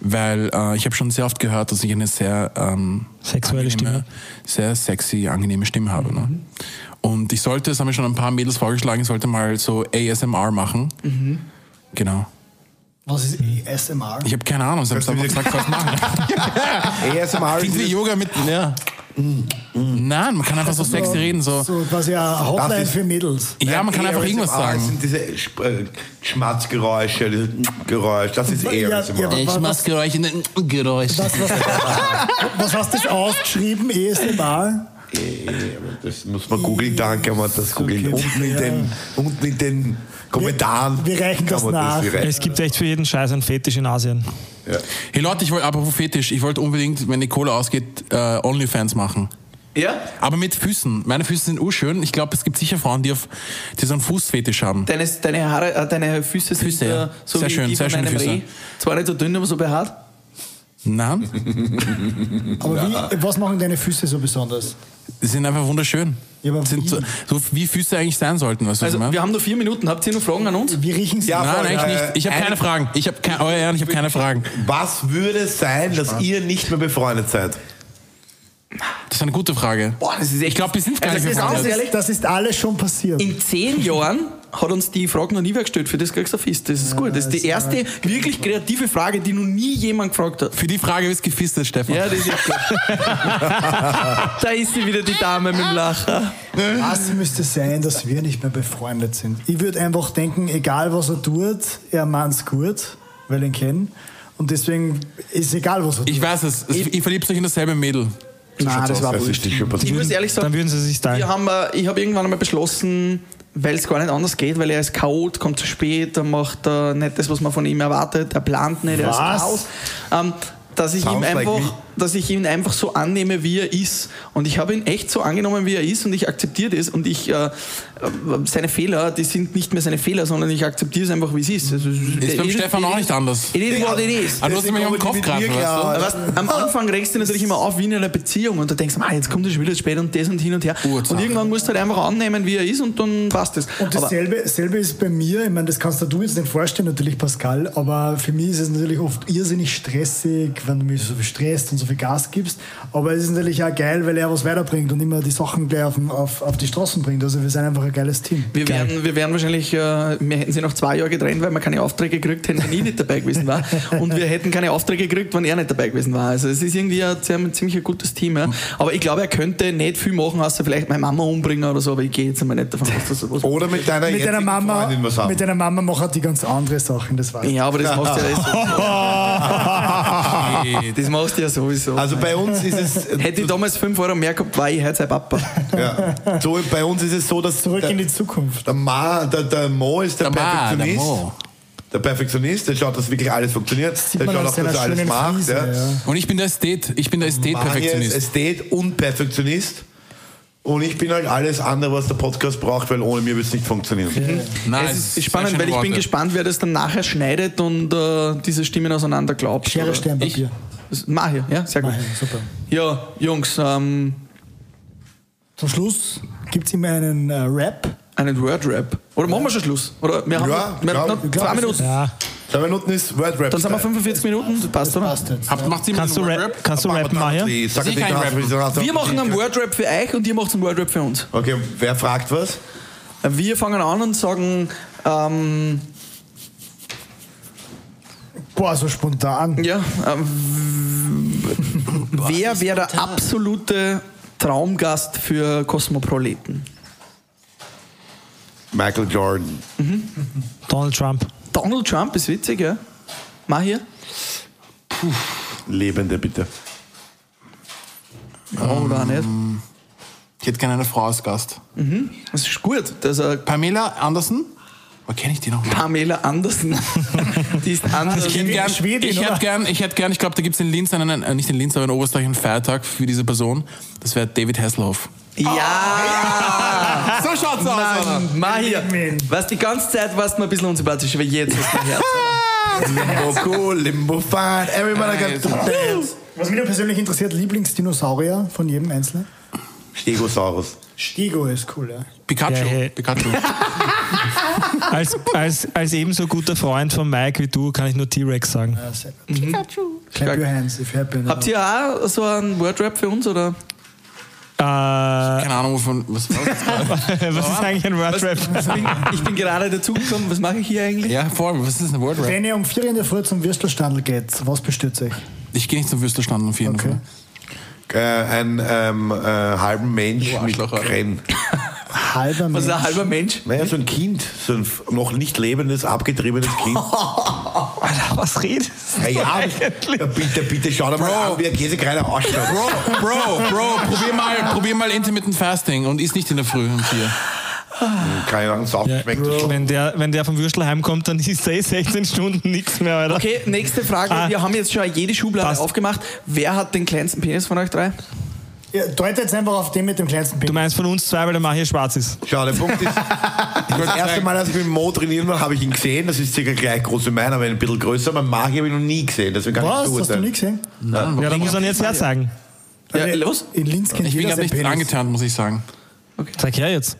weil äh, ich habe schon sehr oft gehört, dass ich eine sehr ähm, Sexuelle Stimme. sehr sexy, angenehme Stimme habe. Ne? Und ich sollte, das haben mir schon ein paar Mädels vorgeschlagen, ich sollte mal so ASMR machen. Genau. Was ist E ASMR? Ich habe keine Ahnung, sie haben einfach gesagt, was machen. ASMR Klingt wie ist Yoga mit. Ja. Nein, man kann einfach so sexy reden. So. So quasi eine Hotline ist- für Mädels. Ja, man kann einfach irgendwas ASMR sagen. sind diese Sch- äh, Schmatzgeräusche, diese Geräusch, das ist Ja, ASMR. ja, Ich mach Geräusche, Geräusche. Was, was, was hast du das aufgeschrieben, E ESMR? Äh, aber Das muss man googeln, dann kann man das googeln. okay. Unten, in den, unten in den Kommentaren. Wir- wir reichen kann das man nach. hier rein- Es gibt echt für jeden Scheiß einen Fetisch in Asien. Ja. Hey Leute, ich wollte, apropos Fetisch, ich wollte unbedingt, wenn die Kohle ausgeht, äh, Onlyfans machen. Ja? Aber mit Füßen. Meine Füße sind urschön. Ich glaube, es gibt sicher Frauen, die, auf, die so einen Fußfetisch haben. Deine, deine Haare, äh, deine Füße sind Füße, ja. äh, so Sehr wie schön, die sehr von schöne einem Füße. Reh. Zwar nicht so dünn, aber so behaart. Also, Nein, Aber wie, was machen deine Füße so besonders? die sind einfach wunderschön. Ja, aber sind so, wie? so wie Füße eigentlich sein sollten, weißt du, was ich Also, meine? wir haben nur vier Minuten. Habt ihr noch Fragen an uns? Wie riechen sie? Ja. Nein, voll, eigentlich äh, nicht. Ich habe keine Fragen. Ich habe keine, euer Ehren, ich habe keine Fragen. Was würde es sein, dass ihr nicht mehr befreundet seid? Das ist eine gute Frage. Boah, das ist echt- Ich glaube, wir sind gar Also, nicht das ist befreundet. ganz ehrlich, Das ist alles schon passiert. in zehn Jahren hat uns die Frage noch nie wer gestellt. Für das kriegst du ein Fist. Das ist gut. Das ist die erste wirklich kreative Frage, die noch nie jemand gefragt hat. Für die Frage ist gefistet, Stefan. Ja, das ist echt gut. da ist sie wieder, die Dame mit dem Lacher. Was müsste sein, dass wir nicht mehr befreundet sind? Ich würde einfach denken, egal was er tut, er meint's gut, weil ich ihn kenne. Und deswegen ist egal, was er tut. Ich weiß es. es ihr verliebt euch in dasselbe Mädel. Nein, das war Das ist nicht schon Ich passiert. muss ehrlich sagen, Dann würden sie sich teilen. Wir haben, äh, ich habe irgendwann einmal beschlossen, weil es gar nicht anders geht, weil er ist chaot, kommt zu spät, er macht äh, nicht das, was man von ihm erwartet, er plant nicht, er Was? ist Chaos. Ähm, dass ich, ihm Sounds like einfach, me. dass ich ihn einfach so annehme, wie er ist. Und ich habe ihn echt so angenommen, wie er ist und ich akzeptiere das. Und ich, äh, äh, seine Fehler, die sind nicht mehr seine Fehler, sondern ich akzeptiere es einfach, wie es ist. Also, Ist beim it Stefan it auch is- nicht anders. It is what it is. Ah, du hast Deswegen mich kommen am die Kopf mit mir greifen, weißt du? klar. Weißt, Oh. am Anfang regst du natürlich immer auf wie in einer Beziehung und du denkst, ah, jetzt kommt er schon wieder zu spät und das und hin und her. Ursache. Und irgendwann musst du halt einfach annehmen, wie er ist und dann passt es. Und Aber dasselbe selbe ist bei mir, ich meine, das kannst du jetzt nicht vorstellen, natürlich, Pascal, aber für mich ist es natürlich oft irrsinnig stressig, wenn du mich so viel stresst und so viel Gas gibst. Aber es ist natürlich auch geil, weil er was weiterbringt und immer die Sachen gleich auf, den- auf, auf die Straßen bringt. Also wir sind einfach ein geiles Team. wir wären, wir wären wahrscheinlich, äh, wir hätten sie noch zwei Jahre getrennt, weil wir keine Aufträge gekriegt hätten, wenn ich nicht dabei gewesen war. Und wir hätten keine Aufträge gekriegt, wenn er nicht dabei gewesen war. Also es ist irgendwie ein, ziemlich- ziemlich ein gutes Team. Mhm. Ja. Aber ich glaube, er könnte nicht viel machen, außer vielleicht meine Mama umbringen oder so, aber ich gehe jetzt einmal nicht davon aus, dass er was Oder mit deiner Mit deiner, jetzigen Mama, Freundin was haben. mit deiner Mama macht die ganz andere Sachen, das weiß ich. Ja, aber das machst du ja sowieso. das machst du ja sowieso. also bei uns ist es äh, Hätte ich damals 5 Euro mehr gehabt, war ich heute sein Papa. ja, so, bei uns ist es so, dass Zurück der, in die Zukunft. der, Ma, der, der Mo ist der, Der Ma, der Perfektionist. Mo. der Perfektionist, der schaut, dass wirklich alles funktioniert. Der man schaut an auch, dass seiner er alles schönen macht. Friese, ja. ja. Und ich bin der Ästhet. Ich bin der Marius, Ästhet-Perfektionist. Ästhet und Perfektionist. Und ich bin halt alles andere, was der Podcast braucht, weil ohne mir wird es nicht funktionieren. Nein, es Es sehr ist spannend, schöne weil ich bin Worte. gespannt, wer das dann nachher schneidet und äh, diese Stimmen auseinander glaubt. Schere, Oder- Stern, Papier. Das- Mach ich, ja, sehr gut. Mach ich, super. Ja, Jungs, ähm, Zum Schluss gibt es immer einen äh, Rap einen Word-Rap. Oder machen wir schon Schluss? Oder wir haben Ja, wir, glaub- noch glaub- zwei Minuten. Ja. Zwei Minuten ist Word Rap. Dann sind wir 45 Minuten. Das passt, oder? Passt jetzt. Habt, macht ihr Kannst du, mit rap, kannst du rappen, Maher? Ich sag Ich nicht, kann du hast- rappen. du hast- Wir machen einen Word-Rap für euch und ihr macht einen Word-Rap für uns. Äh, Okay, wer fragt was? Wir fangen an und sagen, ähm, Boah, so spontan. ja, ähm, wer wäre der absolute Traumgast für Kosmoproleten? Michael Jordan. Donald Trump. Donald Trump ist witzig, ja? Mach hier. Lebende, bitte. Oder auch nicht. Ich hätte gerne eine Frau als Gast. Das ist gut. Das ist eine Pamela Andersen? Wo kenne ich die nochmal? Pamela Andersen. Die Ah, ist anders. Ich hätte gern, Schwedin, ich hätte oder? gern, ich hätte gern, ich glaube, da gibt es in Linz einen, äh, nicht in Linz, aber in Oberösterreich einen Feiertag für diese Person. Das wäre David Hasselhoff. ja. So schaut's Mann, mach hier. Was die ganze Zeit warst du mir ein bisschen unsympathisch, aber jetzt hast du mein Herz. Limbo cool, Limbo fun, everybody got to dance. Was mich nur persönlich interessiert, Lieblingsdinosaurier von jedem Einzelnen? Stegosaurus. Stego ist cool, ja. Pikachu. Ja, hey. Pikachu. Als, als, als ebenso guter Freund von Mike wie du kann ich nur T-Rex sagen. ja sehr gut. Clap your hands if you're happy. Mhm. Habt ihr auch so einen Wordrap für uns? Oder? Äh, Keine Ahnung, wovon. Was war das gerade? was ist eigentlich ein Wordrap? Ich bin gerade dazugekommen. Was mache ich hier eigentlich? Ja, vor was ist ein Wordrap? Wenn ihr um vier in der Früh zum Würstelstandl geht, was bestürzt euch? Ich gehe nicht zum Würstelstand auf jeden Okay. Fall. Äh, ein ähm, äh, halben Mensch Du mit Arschloch, Alter. Krenn. Halber Was Mensch. ist ein halber Mensch? Naja, so ein Kind, so ein f- noch nicht lebendes, abgetriebenes Kind. Alter, was redest Ja, ja, ja, bitte, bitte, schau dir mal Bro. an, wie ein Käsekreiner ausschaut. Bro, Bro, Bro, probier mal, probier mal Intermittent Fasting und isst nicht in der Früh um vier. Keine Ahnung, Saft Ja, schmeckt das schon. wenn, der, wenn der vom Würstel heimkommt, dann ist er eh 16 Stunden nichts mehr, Alter. Okay, nächste Frage. Ah. Wir haben jetzt schon jede Schublade Passt. aufgemacht. Wer hat den kleinsten Penis von euch drei? Ihr deutet jetzt einfach auf den mit dem kleinsten Du Pick. meinst von uns zwei, weil der Mach hier schwarz ist. Schau, der Punkt ist, das erste Mal, als ich mit dem Mo trainieren war, habe ich ihn gesehen. Das ist circa gleich groß wie meiner, aber ein bisschen größer. Mein Magi habe ich noch nie gesehen, deswegen kann ich Was? nicht Hast du nie beurteilen. gesehen? Also, Ja, da muss man jetzt her sagen. Ja, los. In Linz kennt Ich bin gerade jeder seinen nicht Penis. angetan, muss ich sagen. Sag her jetzt.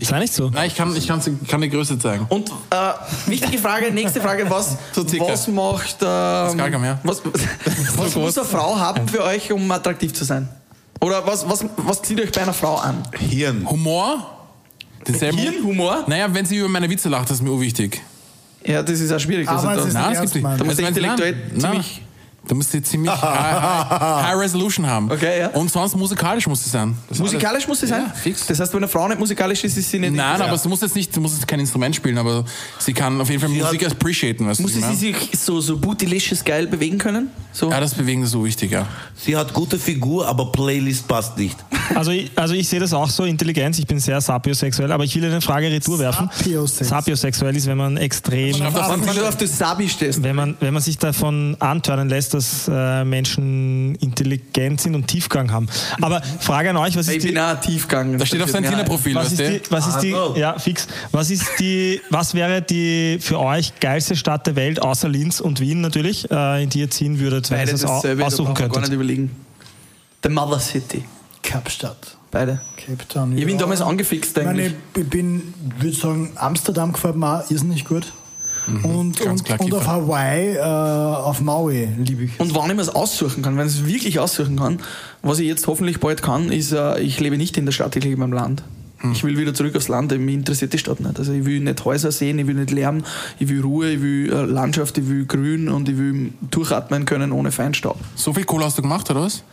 Ich sei nicht so. Nein, ich kann, ich kann, ich kann die Größe zeigen. Und äh, wichtige Frage, nächste Frage, was, So circa. was macht ähm, Gargam, ja. was, was muss eine Frau haben für euch, um attraktiv zu sein? Oder was, was, was zieht euch bei einer Frau an? Hirn. Humor? Denselben- Hirnhumor? Naja, wenn sie über meine Witze lacht, das ist mir urwichtig. Ja, das ist auch schwierig. Das Aber ist es ist- dann- Nein, Ah, das Ernst, gibt's nicht. Mann. Da musst du Also, nein, intellektuell nein. ziemlich- Da musst du ziemlich high, high, high Resolution haben. Okay, ja. Und sonst musikalisch muss es sein. Das ist musikalisch muss sie sein? Ja, fix. Das heißt, wenn eine Frau nicht musikalisch ist, ist sie nicht... alles. Nein, aber sie muss jetzt nicht, sie muss jetzt kein Instrument spielen, aber sie kann auf jeden Fall Musik appreciaten, weißt du, muss was ich sie meine? sich so, so bootylicious geil bewegen können? So. Ah, Ja, das Bewegen ist so wichtig, ja. Sie hat gute Figur, aber Playlist passt nicht. Also ich, also ich sehe das auch so, Intelligenz, ich bin sehr sapiosexuell, aber ich will eine Frage retour werfen. Sapiosexuell. Sapiosexuell ist, wenn man extrem, Man sieht, auf das Sabi stehst. wenn man, wenn man sich davon antören lässt, dass äh, Menschen intelligent sind und Tiefgang haben. Aber Frage an euch, was Ich ist die... bin auch Tiefgang. Da steht auf sein Ja. Tinder-Profil, Was weißt ist du? die, was ist die, Ah, no. ja, fix. Was ist die, was wäre die für euch geilste Stadt der Welt, außer Linz und Wien natürlich, äh, in die ihr ziehen würdet, wenn ihr Beide das au- dasselbe, da aussuchen brauchen wir gar könntet? nicht überlegen. The Mother City. Kapstadt. Beide. Cape Town. Ich bin ja. damals angefixt Ich meine, eigentlich. ich bin, würde sagen, Amsterdam gefällt mir auch irrsinnig gut. Mhm. und ganz und, klar und Kiefer. auf Hawaii, äh, auf Maui liebe ich. Und wann ich mir es aussuchen kann, wenn ich es wirklich aussuchen kann, was ich jetzt hoffentlich bald kann, ist, äh, ich lebe nicht in der Stadt, ich lebe im Land. Ich will wieder zurück aufs Land, mich interessiert die Stadt nicht. Also ich will nicht Häuser sehen, ich will nicht Lärm, ich will Ruhe, ich will äh, Landschaft, ich will Grün und ich will durchatmen können ohne Feinstaub. So viel Kohle hast du gemacht, oder was?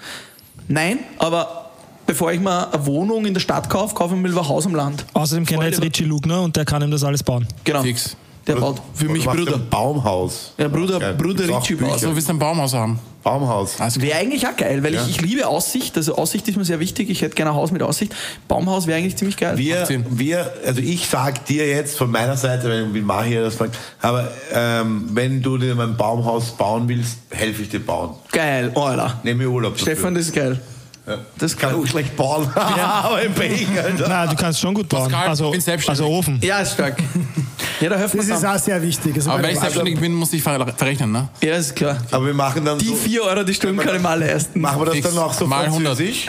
Nein, aber bevor ich mir eine Wohnung in der Stadt kaufe, kaufe ich mir lieber ein Haus am Land. Außerdem kennt er jetzt Voll- Richie Lugner und der kann ihm das alles bauen. Genau. Fix. Der baut für mich Was Bruder. Ein Baumhaus. Ja, Bruder, Geil. Bruder Ist auch Ritchie Bücher. baut. Also du willst ein Baumhaus haben. Baumhaus. Also, Wäre eigentlich auch geil, weil Ja. ich, ich liebe Aussicht. Also Aussicht ist mir sehr wichtig. Ich hätte gerne ein Haus mit Aussicht. Baumhaus wäre eigentlich ziemlich geil. Wir, Macht Sinn. wir, also ich sag dir jetzt von meiner Seite, wenn wie Mahi das sagt, aber ähm, wenn du dir mein Baumhaus bauen willst, helfe ich dir bauen. Geil, Alter. Nehme ich Urlaub dafür. Stefan, das ist geil. Das ist kann geil. auch schlecht bauen, Ah, aber halt im Pech, Alter. Na, du kannst schon gut bauen. Pascal, also, ich bin selbstständig. also Ofen. Ja, ist stark. ja, da helfen Das wir ist zusammen. auch sehr wichtig. Also aber wenn meine- ich selbstständig bin, muss ich ver verrechnen, ne? Ja, ist klar. Aber wir machen dann Die so, 4 Euro die Stunde kann ich mir alle leisten. machen wir das Fix. dann auch so Mal französisch.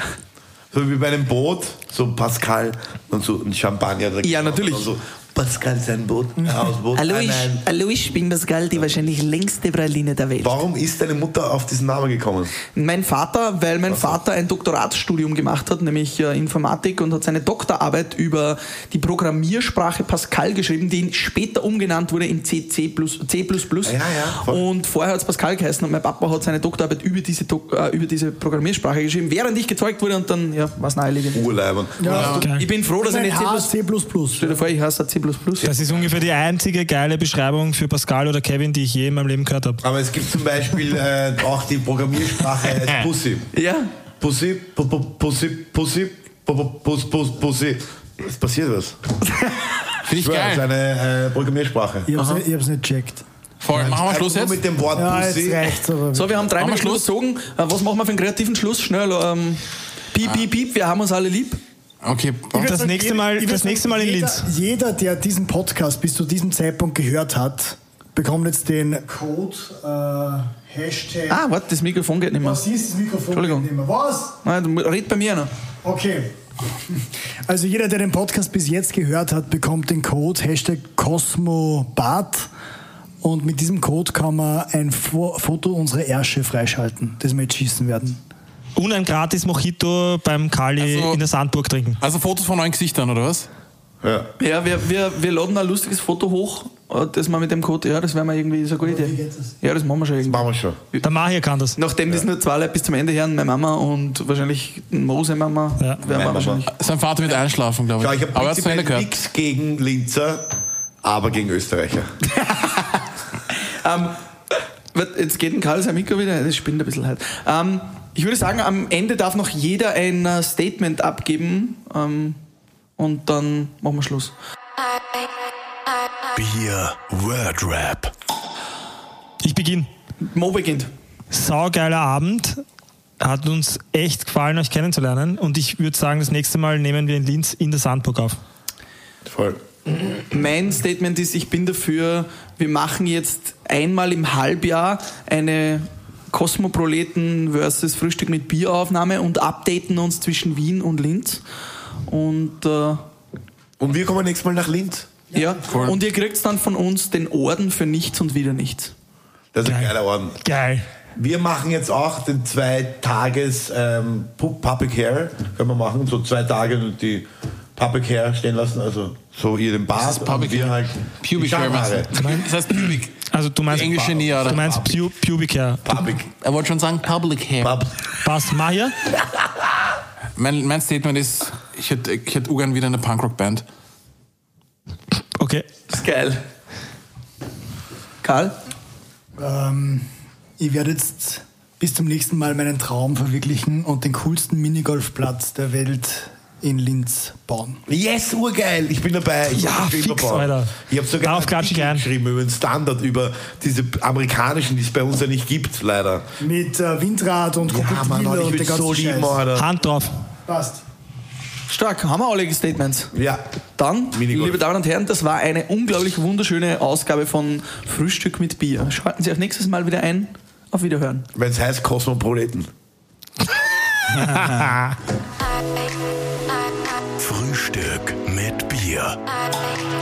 So wie bei einem Boot, so Pascal und so ein Champagner. da Ja, genommen natürlich. und So, Pascal ist ein Boot, ein Hausboot. Hallo, Ah, ich, nein. hallo, ich bin Pascal, die wahrscheinlich längste Praline der Welt. Warum ist deine Mutter auf diesen Namen gekommen? Mein Vater, weil mein Vater ein Doktoratsstudium gemacht hat, nämlich äh, Informatik, und hat seine Doktorarbeit über die Programmiersprache Pascal geschrieben, die später umgenannt wurde in C, C++. C++. Ja, ja, voll. und vorher hat es Pascal geheißen und mein Papa hat seine Doktorarbeit über diese, Dok äh, über diese Programmiersprache geschrieben, während ich gezeugt wurde und dann, ja, was naheliegend. Urleibern. Ja. Ich bin froh, dass also ich Mein nicht C++... Haar Stell C++. dir vor, ich heiße C++. Das ist ungefähr die einzige geile Beschreibung für Pascal oder Kevin, die ich je in meinem Leben gehört habe. Aber es gibt zum Beispiel äh, auch die Programmiersprache heißt Pussy. Ja. Pussy, pu- pu- Pussy, Pussy, pu- pu- Puss, Puss, Pussy. Es passiert was. Finde ich Ich schwör, es ist geil. eine äh, Programmiersprache. Ich hab's, nicht, ich hab's nicht gecheckt. Voll, machen wir Einfach Schluss nur Also jetzt. mit dem Wort Ja, jetzt Pussy. reicht's aber. So, wir haben drei Machen wir Minuten Schluss? gezogen. Äh, Was machen wir für einen kreativen Schluss? Schnell, ähm, piep, piep, piep, wir haben uns alle lieb. Okay, Ich würd Das sagen, nächste jeder- Mal- ich würd das nächste Mal in jeder, Linz. Jeder, der diesen Podcast bis zu diesem Zeitpunkt gehört hat, bekommt jetzt den Code äh, Hashtag. Ah, warte, das Mikrofon geht nicht mehr. Was ist das Mikrofon? Entschuldigung. Nicht mehr. Was? Nein, red bei mir einer. Okay. Also jeder, der den Podcast bis jetzt gehört hat, bekommt den Code Hashtag CosmoBad. Und mit diesem Code kann man ein Fo Foto unserer Ärsche freischalten, das wir jetzt schießen werden. Und ein gratis Mojito beim Kali Also- in der Sandburg trinken. also Fotos von neuen Gesichtern, oder was? Ja. Ja, wir, wir, wir laden ein lustiges Foto hoch, äh, das wir mit dem Code, ja, das wäre mal irgendwie so eine gute Idee. Ja, das machen wir schon irgendwie. Machen wir schon. Der Mahir kann das. Nachdem das nur zwei Leute bis zum Ende hören, meine Mama und wahrscheinlich Mose Mama, Ja. werden wir Mama. wahrscheinlich. Sein Vater wird einschlafen, glaube Äh, Ja, ich. ich Aber er habe hat zu Ende prinzipiell gehört. nichts gegen Linzer, aber gegen Österreicher. Ähm, wat- jetzt geht ein Karl sein Mikro wieder, das spinnt ein bisschen halt. Ähm, ich würde sagen, am Ende darf noch jeder ein äh, Statement abgeben ähm, und dann machen wir Schluss. Bier Word Rap. Ich beginne. Mo beginnt. saugeiler Abend. Hat uns echt gefallen, euch kennenzulernen. Und ich würde sagen, das nächste Mal nehmen wir in Linz in der Sandburg auf. Voll. Mein Statement ist, ich bin dafür, wir machen jetzt einmal im Halbjahr eine Kosmoproleten versus Frühstück mit Bieraufnahme und updaten uns zwischen Wien und Linz. Und äh, ja, Und wir kommen nächstes Mal nach Linz. und ihr kriegt dann von uns den Orden für nichts und wieder nichts. Das ist ein geiler Orden. Geil. Wir machen jetzt auch den zwei Tages ähm, Pu- Public Hair, können wir machen, so zwei Tage und die Public Hair stehen lassen, also so ihr den Bart Das ist Public und wir Hair. halt Pubic die Hair meinst Schamhaare. du? Das heißt Pubic. Also du meinst, Die englische Nähe, oder? du meinst Pu Pubic Hair. Public. Er wollte schon sagen Public Hair. Pub. Passt, Mahir? Mein, mein Statement ist, ich hätte ich hätte Ugan wieder eine Punkrock-Band. Okay. ist geil. Karl? Ähm, ich werde jetzt bis zum nächsten Mal meinen Traum verwirklichen und den coolsten Minigolfplatz der Welt in Linz bauen. Yes, urgeil, ich bin dabei. Ich Ja, hab den fix, überbaut. Alter. Ich habe sogar Darauf einen klatsch Artikel ich ein. geschrieben über den Standard, über diese amerikanischen, die es bei uns ja nicht gibt, leider. Mit äh, Windrad und Ja, Mann, Krokodile ich und will der ganzen so lieben, Scheiß. Alter. Hand drauf. Passt. Stark, haben wir alle Statements. Ja. Dann, Minigolf. liebe Damen und Herren, das war eine unglaublich wunderschöne Ausgabe von Frühstück mit Bier. Schalten Sie auch nächstes Mal wieder ein. Auf Wiederhören. Wenn es heißt Kosmopoliten. Frühstück mit Bier. Thank you.